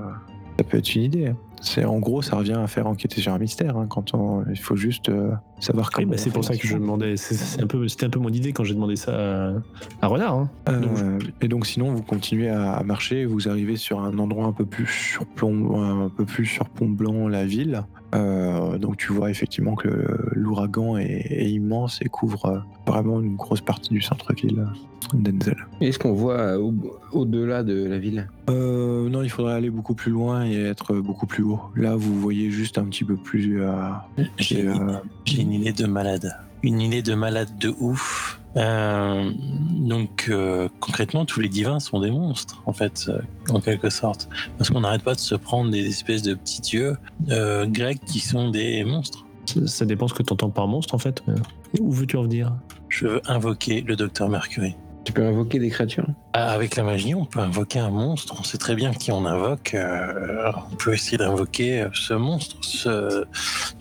Ça peut être une idée. hein. C'est en gros, ça revient à faire enquêter sur un mystère. hein, quand on, il faut juste euh, savoir
Oui,
comment.
bah, c'est
on
pour
fait
ça que je
l'instrument.
demandais. c'est- c'est un peu- C'était un, peu mon idée quand j'ai demandé ça à, à Renard. hein. donc
Euh, Et donc, sinon, vous continuez à, à marcher. Vous arrivez sur un endroit un peu plus surplom- un peu plus surplombant la ville. Euh, donc, tu vois effectivement que l'ouragan est, est immense et couvre euh, vraiment une grosse partie du centre-ville d'Enzel.
Est-ce qu'on voit euh, au- au-delà de la ville
Euh, non, il faudrait aller beaucoup plus loin et être beaucoup plus haut. Là, vous voyez juste un petit peu plus. euh,
J'ai
et, euh,
j'ai une idée de malade. Une idée de malade de ouf. Euh, donc euh, concrètement, tous les divins sont des monstres, en fait, euh, en quelque sorte. Parce qu'on n'arrête pas de se prendre des espèces de petits dieux euh, grecs qui sont des monstres.
ça, ça dépend ce que tu entends par monstre en fait. Euh, Où veux-tu en venir
Je veux invoquer le docteur Mercury.
Tu peux invoquer des créatures
Ah, Avec la magie, on peut invoquer un monstre. On sait très bien qui on invoque. euh, on peut essayer d'invoquer euh, ce monstre, ce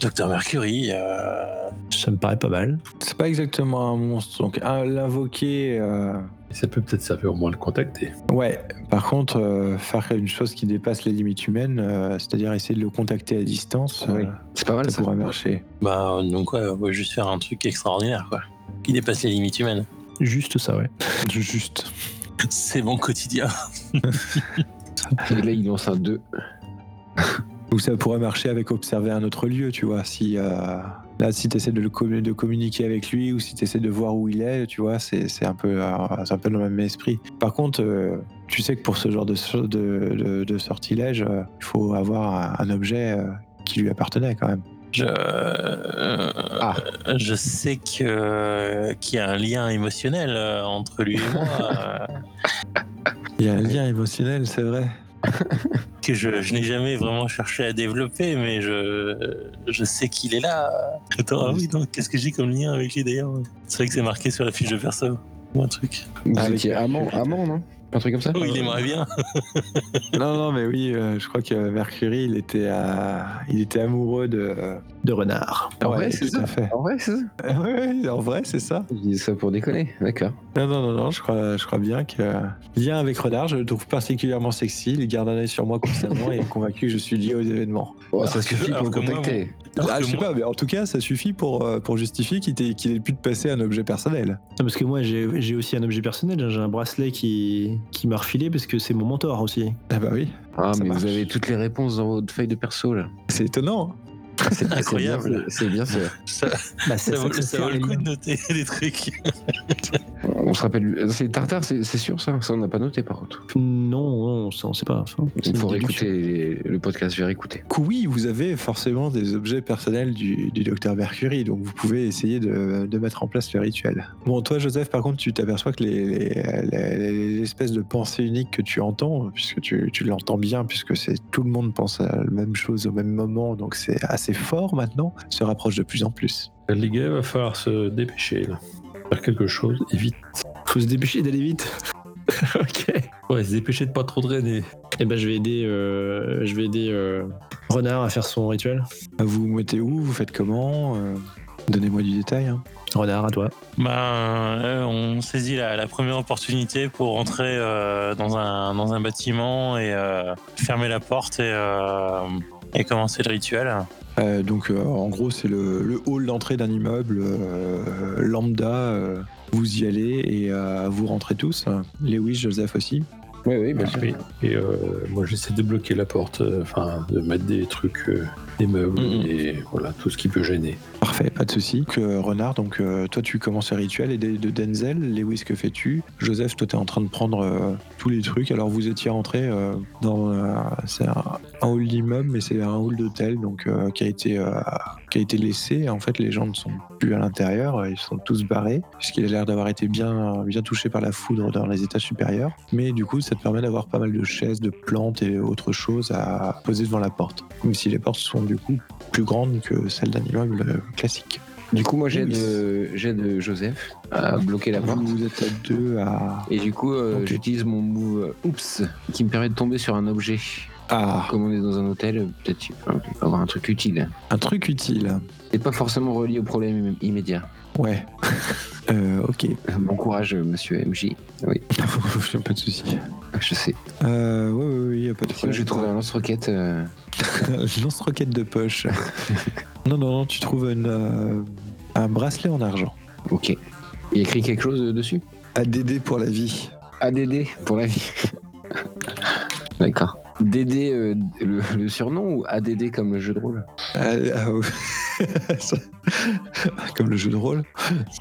docteur Mercury. euh,
Ça me paraît pas mal.
C'est pas exactement un monstre. Donc, à l'invoquer. euh,
Ça peut peut-être servir au moins à le contacter.
Ouais, par contre, euh, faire une chose qui dépasse les limites humaines, euh, c'est-à-dire essayer de le contacter à distance, euh,
Oui. C'est pas mal
ça
ça.
pourrait marcher.
Bah, euh, donc, ouais, on va juste faire un truc extraordinaire, quoi. Qui dépasse les limites humaines. *laughs*
Juste ça, ouais.
Juste.
C'est mon quotidien.
Et là, il lance un 2.
Ou ça pourrait marcher avec observer un autre lieu, tu vois. Si, euh, là, si tu essaies de, le commu- de communiquer avec lui ou si tu essaies de voir où il est, tu vois, c'est c'est un, peu, euh, c'est un peu dans le même esprit. Par contre, euh, tu sais que pour ce genre de, so- de, de- de sortilège, euh, il faut avoir un, un objet euh, qui lui appartenait quand même.
Je, euh,
Ah.
je sais que euh, qu'il y a un lien émotionnel euh, entre lui et moi euh,
Il y a un lien émotionnel, c'est vrai.
que je, je n'ai jamais vraiment cherché à développer, mais je je sais qu'il est là. Attends, ah oui, non, qu'est-ce que j'ai comme lien avec lui d'ailleurs C'est vrai que c'est marqué sur la fiche de perso ou un truc.
Vous
Avec-
étiez amant, amant, non Un truc comme ça
Oh, il aimerait bien.
Non, non, mais oui, euh, je crois que Mercury, il était, euh, il était amoureux de.
De Renard.
Ah ouais, c'est
tout à fait.
En vrai, c'est ça
Ouais, *laughs* ouais, en vrai, c'est ça.
Je dis ça pour déconner, d'accord.
Non, non, non, non, je crois, je crois bien que. Lien avec Renard, je le trouve particulièrement sexy. Il garde un œil sur moi constamment et est convaincu que je suis lié aux événements.
Oh,
Alors
ça
que-
suffit pour
alors
le
que moi,
contacter.
Alors
Ah,
que
je sais
moi-
pas, mais en tout cas, ça suffit pour, euh, pour justifier qu'il t'ait- qu'il ait pu te passer un objet personnel.
Non, parce que moi, j'ai j'ai aussi un objet personnel. hein. J'ai un bracelet qui, qui m'a refilé parce que c'est mon mentor aussi.
Ah, bah oui,
Ah,
Ça
mais
marche.
vous avez toutes les réponses dans votre feuille de perso, *laughs* là.
c'est étonnant.
C'est
Incroyable.
C'est bien fait. *laughs*
Ça,
Bah, c'est
ça vaut,
que
ça
sert,
vaut le
les
coup de
gars.
noter *laughs* des trucs.
On se rappelle. C'est Tartare, c'est c'est sûr, ça Ça, on n'a pas noté, par contre.
Non, non, ça, on sait pas. Enfin, c'est
Il
une
faut
déduction.
réécouter les- le podcast, je vais réécouter.
Que Oui, vous avez forcément des objets personnels du, du docteur Mercury, donc vous pouvez essayer de, de mettre en place le rituel. Bon, toi, Joseph, par contre, tu t'aperçois que les- les- les- l'espèce de pensée unique que tu entends, puisque tu, tu l'entends bien, puisque c'est tout le monde pense à la même chose au même moment, donc c'est assez fort maintenant, se rapproche de plus en plus.
Les gars, va falloir se dépêcher, là. Faire quelque chose, et vite.
Faut se dépêcher d'aller vite. *laughs* ok.
Ouais, se dépêcher de pas trop drainer.
Eh ben, je vais aider, euh, je vais aider euh, Renard à faire son rituel.
Vous vous mettez où Vous faites comment Euh, Donnez-moi du détail. hein.
Renard, à toi.
Ben, euh, on saisit la, la première opportunité pour rentrer euh, dans, un, dans un bâtiment et euh, fermer la porte et, euh, et commencer le rituel.
Euh, donc euh, en gros c'est le, le hall d'entrée d'un immeuble euh, lambda. euh, vous y allez et euh, vous rentrez tous. Lewis, Joseph aussi.
Oui, oui, bien
Oui. Et euh, moi, j'essaie de bloquer la porte, euh, enfin, de mettre des trucs, euh, des meubles,
Mhm.
et voilà, tout ce qui peut gêner.
Parfait, pas de souci. Que Renard, donc euh, toi tu commences le rituel et de, de Denzel, Lewis que fais-tu Joseph, toi t'es en train de prendre euh, tous les trucs. Alors vous étiez rentré euh, dans euh, c'est un, un hall d'immeuble, mais c'est un hall d'hôtel donc euh, qui a été euh, qui a été laissé. En fait, les gens ne sont plus à l'intérieur, euh, ils sont tous barrés, puisqu'il a l'air d'avoir été bien, bien touché par la foudre dans les étages supérieurs. Mais du coup, ça te permet d'avoir pas mal de chaises, de plantes et autres choses à poser devant la porte. Même si les portes sont du coup plus grandes que celles d'un immeuble euh, classique.
Du coup, moi, j'aide
Oui, mais-
euh, j'aide Joseph à bloquer la porte.
Vous vous êtes à deux à.
Et du coup, euh,
Ok.
j'utilise mon move euh, Oups qui me permet de tomber sur un objet.
Ah,
Comme on est dans un hôtel, peut-être euh, on peut avoir un truc utile.
un truc utile.
Et pas forcément relié au problème immé- immédiat.
Ouais. Euh, ok,
Bon courage, euh, monsieur MJ. *laughs* Oui, Ah,
pas de souci.
je sais.
Euh, ouais, ouais, ouais, y a pas de
Sinon,
problème.
j'ai trouvé un lance-roquette. euh,
*laughs* Lance-roquette de poche. *laughs* non, non, non, tu trouves une, euh, un bracelet en argent.
Ok. Il y a écrit quelque chose euh, dessus
ADD pour la vie.
ADD pour la vie. *laughs* D'accord. DD, euh, le, le surnom ou ADD comme le jeu de rôle
Ah, ah, ouais. *laughs* Ça- Comme le jeu de rôle.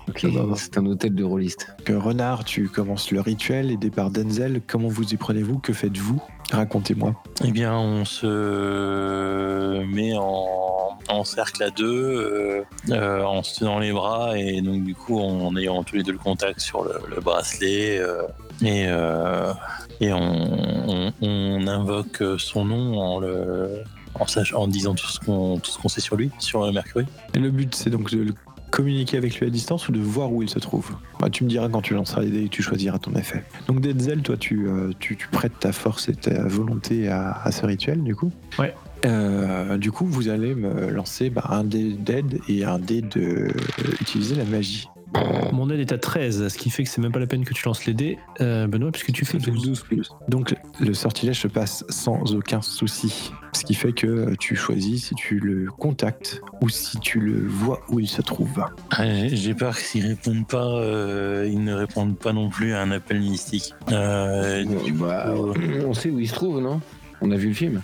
Ok,
Ça va, va.
Ah, bah, c'est un hôtel de rôliste.
Que Renard, tu commences le rituel et départ d'Enzel. Comment vous y prenez-vous Que faites-vous Racontez-moi.
Eh bien, on se met en, en cercle à deux, euh, euh, en se tenant les bras, et donc du coup, en ayant tous les deux le contact sur le, le bracelet, euh, et, euh, et on, on- on invoque son nom en, le, en, sach- en disant tout ce qu'on tout ce qu'on sait sur lui, sur euh, Mercury.
Et le but, c'est donc de le communiquer avec lui à distance ou de voir où il se trouve. Bah, tu me diras quand tu lanceras les dés et tu choisiras ton effet. Donc Denzel, toi, tu, euh, tu, tu prêtes ta force et ta volonté à, à ce rituel, du coup.
Ouais.
Euh, du coup, vous allez me lancer bah, un dé d'aide et un dé de euh, utiliser la magie.
Mon aide est à 13, ce qui fait que c'est même pas la peine que tu lances les dés, euh, Benoît, puisque tu fais 12.
plus. Donc le sortilège se passe sans aucun souci, ce qui fait que tu choisis si tu le contactes ou si tu le vois où il se trouve.
Ah, J'ai j'ai peur que s'ils répondent pas, euh, ils ne répondent pas non plus à un appel mystique. Euh,
Euh, bah, on sait où il se trouve, non On a vu le film.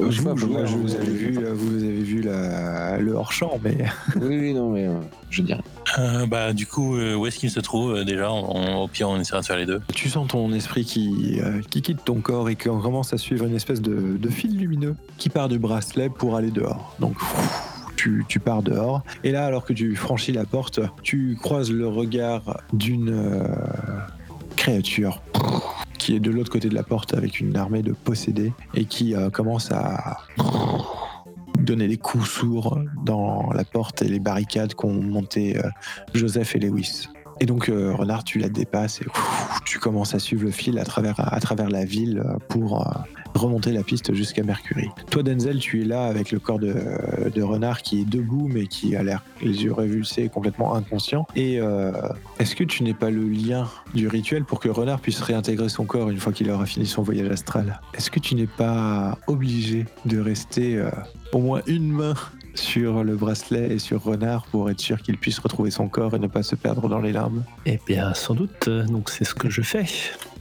Euh, je sais pas,
Vous,
pour
moi,
moi,
je
on-
vous avez vu, euh, vous avez vu la- le hors champ, mais
Oui, oui, non, mais euh, je veux dire.
Euh, bah, du coup, euh, où est-ce qu'il se trouve euh, déjà on- Au pire, on essaiera de faire les deux.
tu sens ton esprit qui, euh, qui quitte ton corps et qui commence à suivre une espèce de, de fil lumineux qui part du bracelet pour aller dehors. Donc tu, tu pars dehors et là, alors que tu franchis la porte, tu croises le regard d'une euh, créature qui est de l'autre côté de la porte avec une armée de possédés et qui euh, commence à donner des coups sourds dans la porte et les barricades qu'ont montées euh, Joseph et Lewis. Et donc, euh, Renard, tu la dépasses et ouf, tu commences à suivre le fil à travers, à travers la ville euh, pour euh, remonter la piste jusqu'à Mercury. Toi, Denzel, tu es là avec le corps de, de Renard qui est debout, mais qui a l'air les yeux révulsés, complètement inconscient. Et euh, est-ce que tu n'es pas le lien du rituel pour que Renard puisse réintégrer son corps une fois qu'il aura fini son voyage astral Est-ce que tu n'es pas obligé de rester euh, au moins une main sur le bracelet et sur Renard pour être sûr qu'il puisse retrouver son corps et ne pas se perdre dans les larmes.
Eh bien, sans doute, euh, donc c'est ce que je fais.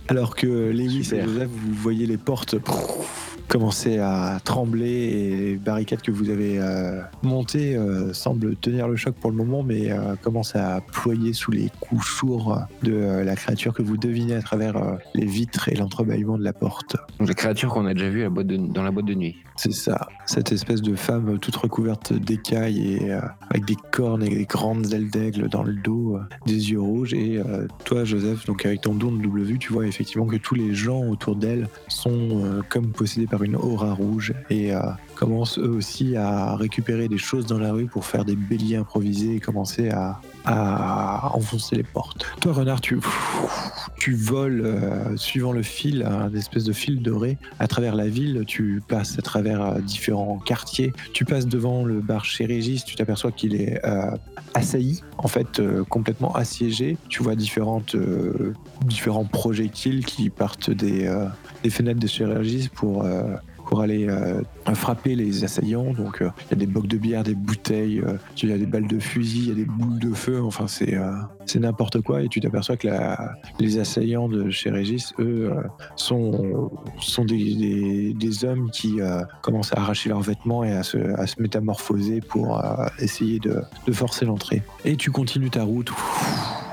Alors que Lewis
Super.
et Joseph, vous voyez les portes prrr, commencer à trembler et les barricades que vous avez euh, montées euh, semblent tenir le choc pour le moment, mais euh, commencent à ployer sous les coups sourds de euh, la créature que vous devinez à travers euh, les vitres et l'entrebâillement de la porte.
Donc, la créature qu'on a déjà vue à la boîte de- dans la boîte de nuit.
C'est ça, cette espèce de femme toute recouverte d'écailles et euh, avec des cornes et des grandes ailes d'aigle dans le dos, euh, des yeux rouges. Et euh, toi, Joseph, donc avec ton don de W, tu vois effectivement que tous les gens autour d'elle sont euh, comme possédés par une aura rouge et euh, commencent eux aussi à récupérer des choses dans la rue pour faire des béliers improvisés et commencer à, à enfoncer les portes. Toi, Renard, tu, tu voles euh, suivant le fil, un espèce de fil doré à travers la ville, tu passes à travers euh, différents quartiers, tu passes devant le bar chez Régis, tu t'aperçois qu'il est euh, assailli, en fait euh, complètement assiégé. Tu vois différentes, euh, différents projectiles qui partent des, euh, des fenêtres de chez Régis pour... euh, pour aller euh, frapper les assaillants. Donc, euh, il y a des bocs de bière, des bouteilles, euh, il y a des balles de fusil, il y a des boules de feu. Enfin, c'est euh, c'est n'importe quoi. Et tu t'aperçois que la- les assaillants de chez Régis, eux, euh, sont, sont des, des- des hommes qui euh, commencent à arracher leurs vêtements et à se, à se métamorphoser pour euh, essayer de, de forcer l'entrée. Et tu continues ta route,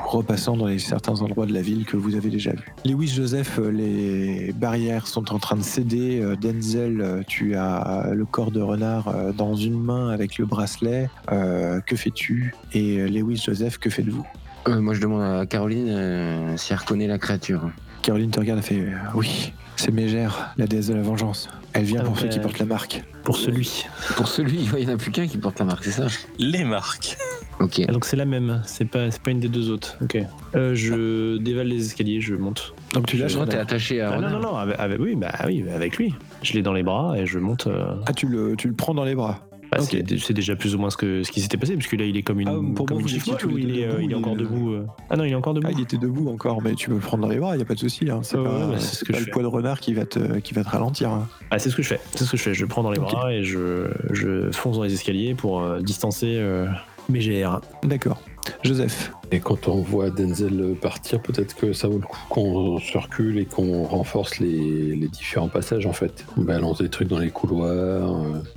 repassant dans les certains endroits de la ville que vous avez déjà vus. Lewis Joseph, euh, les barrières sont en train de céder. Euh, Denzel, euh, tu as le corps de renard euh, dans une main avec le bracelet. Euh, que fais-tu Et euh, Lewis Joseph, que faites-vous
Euh, moi, je demande à Caroline euh, si elle reconnaît la créature.
Caroline te regarde et fait euh, Oui, c'est Mégère, la déesse de la vengeance. Elle vient
Ah,
pour ceux qui
ouais.
portent la marque.
Pour celui.
Pour celui, il n'y en a plus qu'un qui porte la marque, c'est ça
Les marques.
Ok.
Ah, donc c'est la même, c'est pas, c'est pas une des deux autres. Ok. Euh, je dévale les escaliers, je monte.
Donc tu lâches
Toi, t'es
Renard.
attaché à
Ah, non,
Renard.
non, non, avec, avec- oui, bah, oui, avec lui. je l'ai dans les bras et je monte. euh,
Ah, tu le, tu le prends dans les bras.
bah,
Ok.
c'est- C'est déjà plus ou moins ce, que, ce qui s'était passé, parce que là, il est comme une,
Ah, pour
comme
moi,
une
vous étiez
gifle,
tous
ou
les
il
deux
est, euh,
debout,
il est
il
encore
est-
debout. euh Ah non, il est encore debout.
Ah, il était debout encore, mais tu peux le prendre dans les bras, il n'y a pas de souci. Hein. C'est
Ouais,
pas,
ouais, c'est ce
c'est
que
pas
je
le
fais.
poids de renard qui va te, qui va te ralentir. hein.
Ah, c'est ce que je fais. C'est ce que je fais. Je le prends dans les
Ok.
bras et je, je fonce dans les escaliers pour euh, distancer euh, mes GR.
D'accord. Joseph.
Et quand on voit Denzel partir, peut-être que ça vaut le coup qu'on se recule et qu'on renforce les, les différents passages en fait. On balance des trucs dans les couloirs, euh,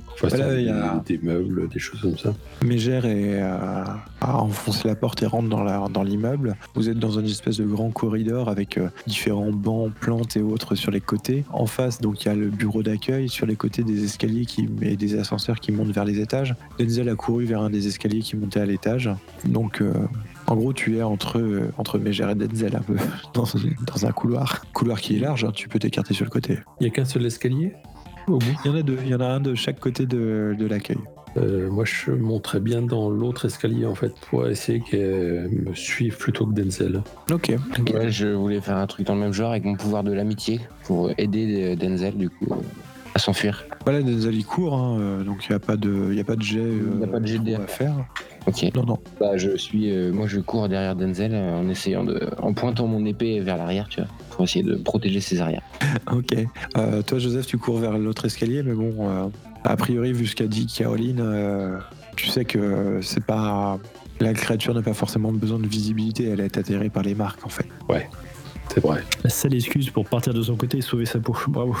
qu'on fasse
Voilà, il y
des,
a-
des meubles, des choses comme ça.
Mégère est euh, a enfoncé la porte et rentre dans la- dans l'immeuble. Vous êtes dans une espèce de grand corridor avec euh, différents bancs, plantes et autres sur les côtés. En face, donc il y a le bureau d'accueil sur les côtés des escaliers qui, et des ascenseurs qui montent vers les étages. Denzel a couru vers un des escaliers qui montait à l'étage. Donc euh, en gros, tu es entre euh, entre Mégère et Denzel un peu *laughs* dans, dans un couloir, couloir qui est large. hein, tu peux t'écarter sur le côté.
Il n'y a qu'un seul escalier
Il y en a deux. Il y en a un de chaque côté de, de l'accueil.
Euh, Moi je monterais bien dans l'autre escalier en fait pour essayer qu'elle me suive plutôt que Denzel.
Ok.
Ouais, je voulais faire un truc dans le même genre avec mon pouvoir de l'amitié pour aider euh, Denzel du coup euh, à s'enfuir.
Voilà, Denzel il court, hein, euh, donc il n'y a pas de, il y a pas de jet, euh,
Y a pas de jet de
pour-
dé.
à faire.
Ok.
Non, *laughs* non.
Bah je suis, euh, moi je cours derrière Denzel euh, en essayant de, en pointant mon épée vers l'arrière, tu vois, pour essayer de protéger ses arrières.
Ok. Euh, toi, Joseph, tu cours vers l'autre escalier, mais bon, euh, a priori, vu ce qu'a dit Caroline, euh, tu sais que c'est pas, la créature n'a pas forcément besoin de visibilité, elle est atterrée par les marques en fait.
C'est vrai.
La sale excuse pour partir de son côté et sauver sa peau. *laughs* Bravo.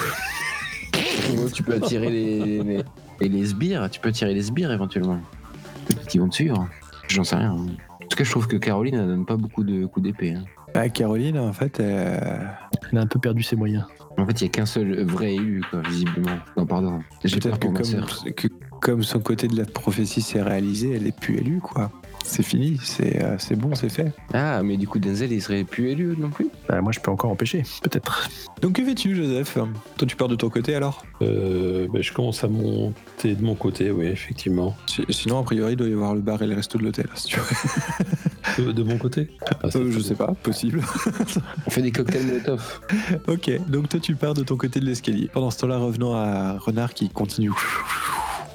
tu peux attirer les, les, et les sbires, tu peux tirer les sbires éventuellement. Peut-être qu'ils vont te suivre. J'en sais rien. hein. En tout cas, je trouve que Caroline elle donne pas beaucoup de coups d'épée. hein.
Ah, Caroline, en fait, euh,
Il a un peu perdu ses moyens.
En fait, il y a qu'un seul vrai élu, quoi, visiblement. Non, pardon. J'ai
peut-être que
peur pour ma sœur.
comme, que comme son côté de la prophétie s'est réalisé, elle est plus élue quoi. C'est fini, c'est euh, c'est bon, c'est fait.
Ah, mais du coup, Denzel, il serait plus élu non plus
Bah, moi, je peux encore empêcher, peut-être.
Donc que fais-tu, Joseph Toi, tu pars de ton côté alors
Euh, ben, je commence à monter de mon côté, oui, effectivement.
Si- Sinon, a priori, il doit y avoir le bar et le resto de l'hôtel, si tu veux.
Euh, De, de mon côté Ah, ça,
Euh, je
c'est
sais pas, possible.
On fait des cocktails Molotov.
*laughs* ok, donc toi, tu pars de ton côté de l'escalier. Pendant ce temps-là, revenons à Renard qui continue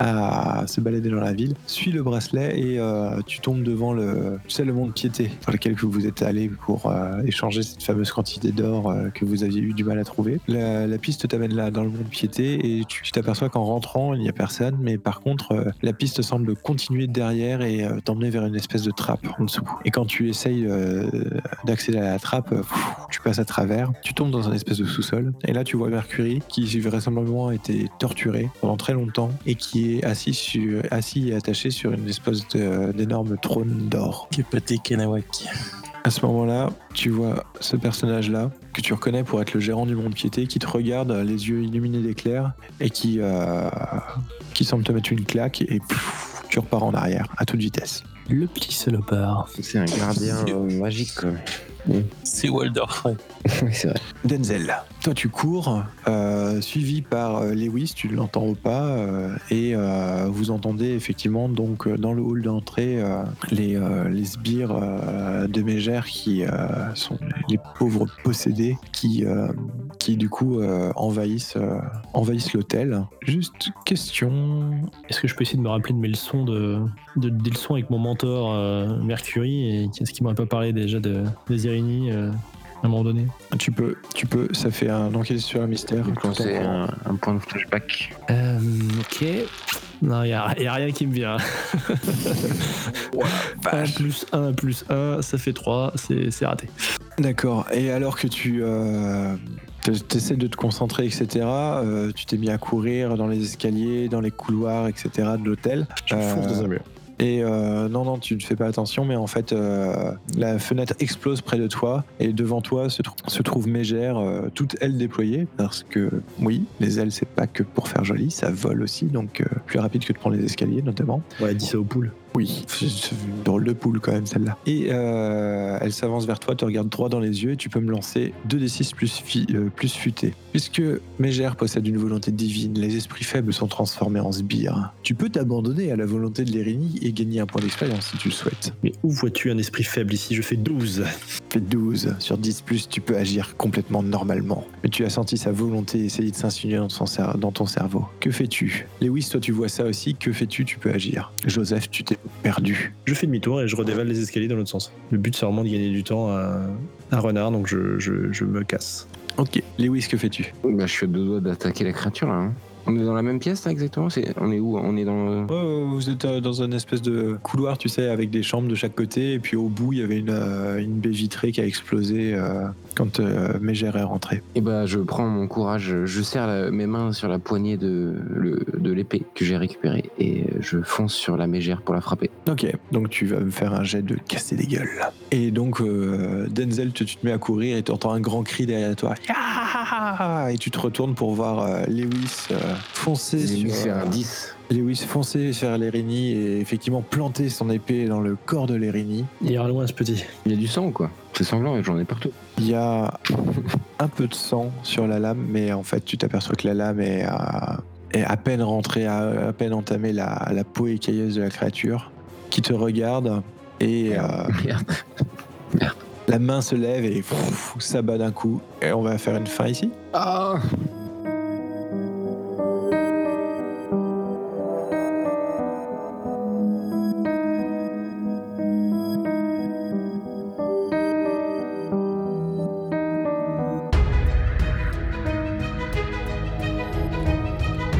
à se balader dans la ville. Suis le bracelet et euh, tu tombes devant le, tu sais, le monde piété dans lequel que vous êtes allé pour euh, échanger cette fameuse quantité d'or euh, que vous aviez eu du mal à trouver. La, la piste t'amène là, dans le monde piété, et tu tu t'aperçois qu'en rentrant, il n'y a personne, mais par contre, euh, la piste semble continuer derrière et euh, t'emmener vers une espèce de trappe en dessous. Et quand tu essayes euh, d'accéder à la trappe, euh, pff, tu passes à travers, tu tombes dans un espèce de sous-sol, et là tu vois Mercury qui vraisemblablement a été torturé pendant très longtemps et qui est assis, sur, assis et attaché sur une espèce de- d'énorme trône d'or.
Que petit Kenawaki.
À ce moment-là, tu vois ce personnage-là, que tu reconnais pour être le gérant du monde piété, qui te regarde euh, les yeux illuminés d'éclairs et qui, euh, qui semble te mettre une claque et pff, tu repars en arrière à toute vitesse.
Le petit salopard.
C'est un gardien euh, magique, quoi.
C'est Waldorf, ouais.
*laughs* Oui, c'est vrai.
Denzel, toi tu cours, euh, suivi par euh, Lewis, tu l'entends au pas, euh, et euh, vous entendez effectivement donc euh, dans le hall d'entrée euh, les, euh, les sbires euh, de Mégère qui euh, sont les pauvres possédés qui, euh, qui du coup euh, envahissent, euh, envahissent l'hôtel. Juste question,
Est-ce que je peux essayer de me rappeler de mes leçons de, de- des leçons avec mon mentor euh, Mercury et qu'est-ce qu'il m'a pas parlé déjà de, des Irini euh, à un moment donné
tu peux, tu peux, ça fait un enquête sur un mystère.
Donc, on
Tout en-
fait un, un point de flashback.
Euh, ok. Non, il n'y a, y a rien qui me vient. 1 plus 1 plus 1, ça fait 3, c'est c'est raté.
D'accord. Et alors que tu euh, essaies de te concentrer, etc., euh, tu t'es mis à courir dans les escaliers, dans les couloirs, etc., de l'hôtel.
Je me fonce
Euh,
dans un mur.
Et euh, non, non, tu ne fais pas attention, mais en fait, euh, la fenêtre explose près de toi, et devant toi se, trou- se trouve Mégère, euh, toute aile déployée, parce que oui, les ailes, c'est pas que pour faire joli, ça vole aussi, donc euh, plus rapide que de prendre les escaliers, notamment.
Ouais, dis ça aux poules.
Oui, c'est une drôle de poule quand même celle-là. Et euh, elle s'avance vers toi, te regarde droit dans les yeux et tu peux me lancer 2d6 plus, fi- euh, plus futé. Puisque Mégère possède une volonté divine, les esprits faibles sont transformés en sbires. Tu peux t'abandonner à la volonté de l'Érini et gagner un point d'expérience si tu le souhaites.
Mais où vois-tu un esprit faible ici Je fais 12.
Fais 12 sur 10 plus, tu peux agir complètement normalement. Mais tu as senti sa volonté essayer de s'insinuer dans, son cer- dans ton cerveau. Que fais-tu Lewis, toi tu vois ça aussi, que fais-tu Tu peux agir. Joseph, tu t'es perdu.
Je fais demi-tour et je redévale les escaliers dans l'autre sens. Le but, c'est vraiment de gagner du temps à, à renard, donc je, je- je me casse.
Ok, Lewis, que fais-tu
Bah, je suis à deux doigts d'attaquer la créature là. hein. On est dans la même pièce là exactement C'est- On est où On est dans. euh,
Oh, vous êtes euh, dans un espèce de couloir, tu sais, avec des chambres de chaque côté, et puis au bout, il y avait une, euh, une baie vitrée qui a explosé euh, quand euh, Mégère est rentrée.
Eh ben, je prends mon courage, je serre la- mes mains sur la poignée de, le- de l'épée que j'ai récupérée et je fonce sur la mégère pour la frapper.
Ok, donc tu vas me faire un jet de casser des gueules. Et donc, euh, Denzel, tu, tu te mets à courir et tu entends un grand cri derrière toi. Ah Et tu te retournes pour voir euh, Lewis euh, foncer sur... euh,
C'est un 10.
Lewis foncer vers l'Erini et effectivement planter son épée dans le corps de l'Erini.
Il ira loin, ce petit.
Il y a du sang ou quoi C'est sanglant et j'en ai partout.
Il y a *laughs* un peu de sang sur la lame, mais en fait, tu t'aperçois que la lame est à, est à peine rentrée, à, à peine entamée la, la peau écailleuse de la créature qui te regarde et euh,
Merde.
la main se lève et pff, ça bat d'un coup. Et on va faire une fin ici.
Ah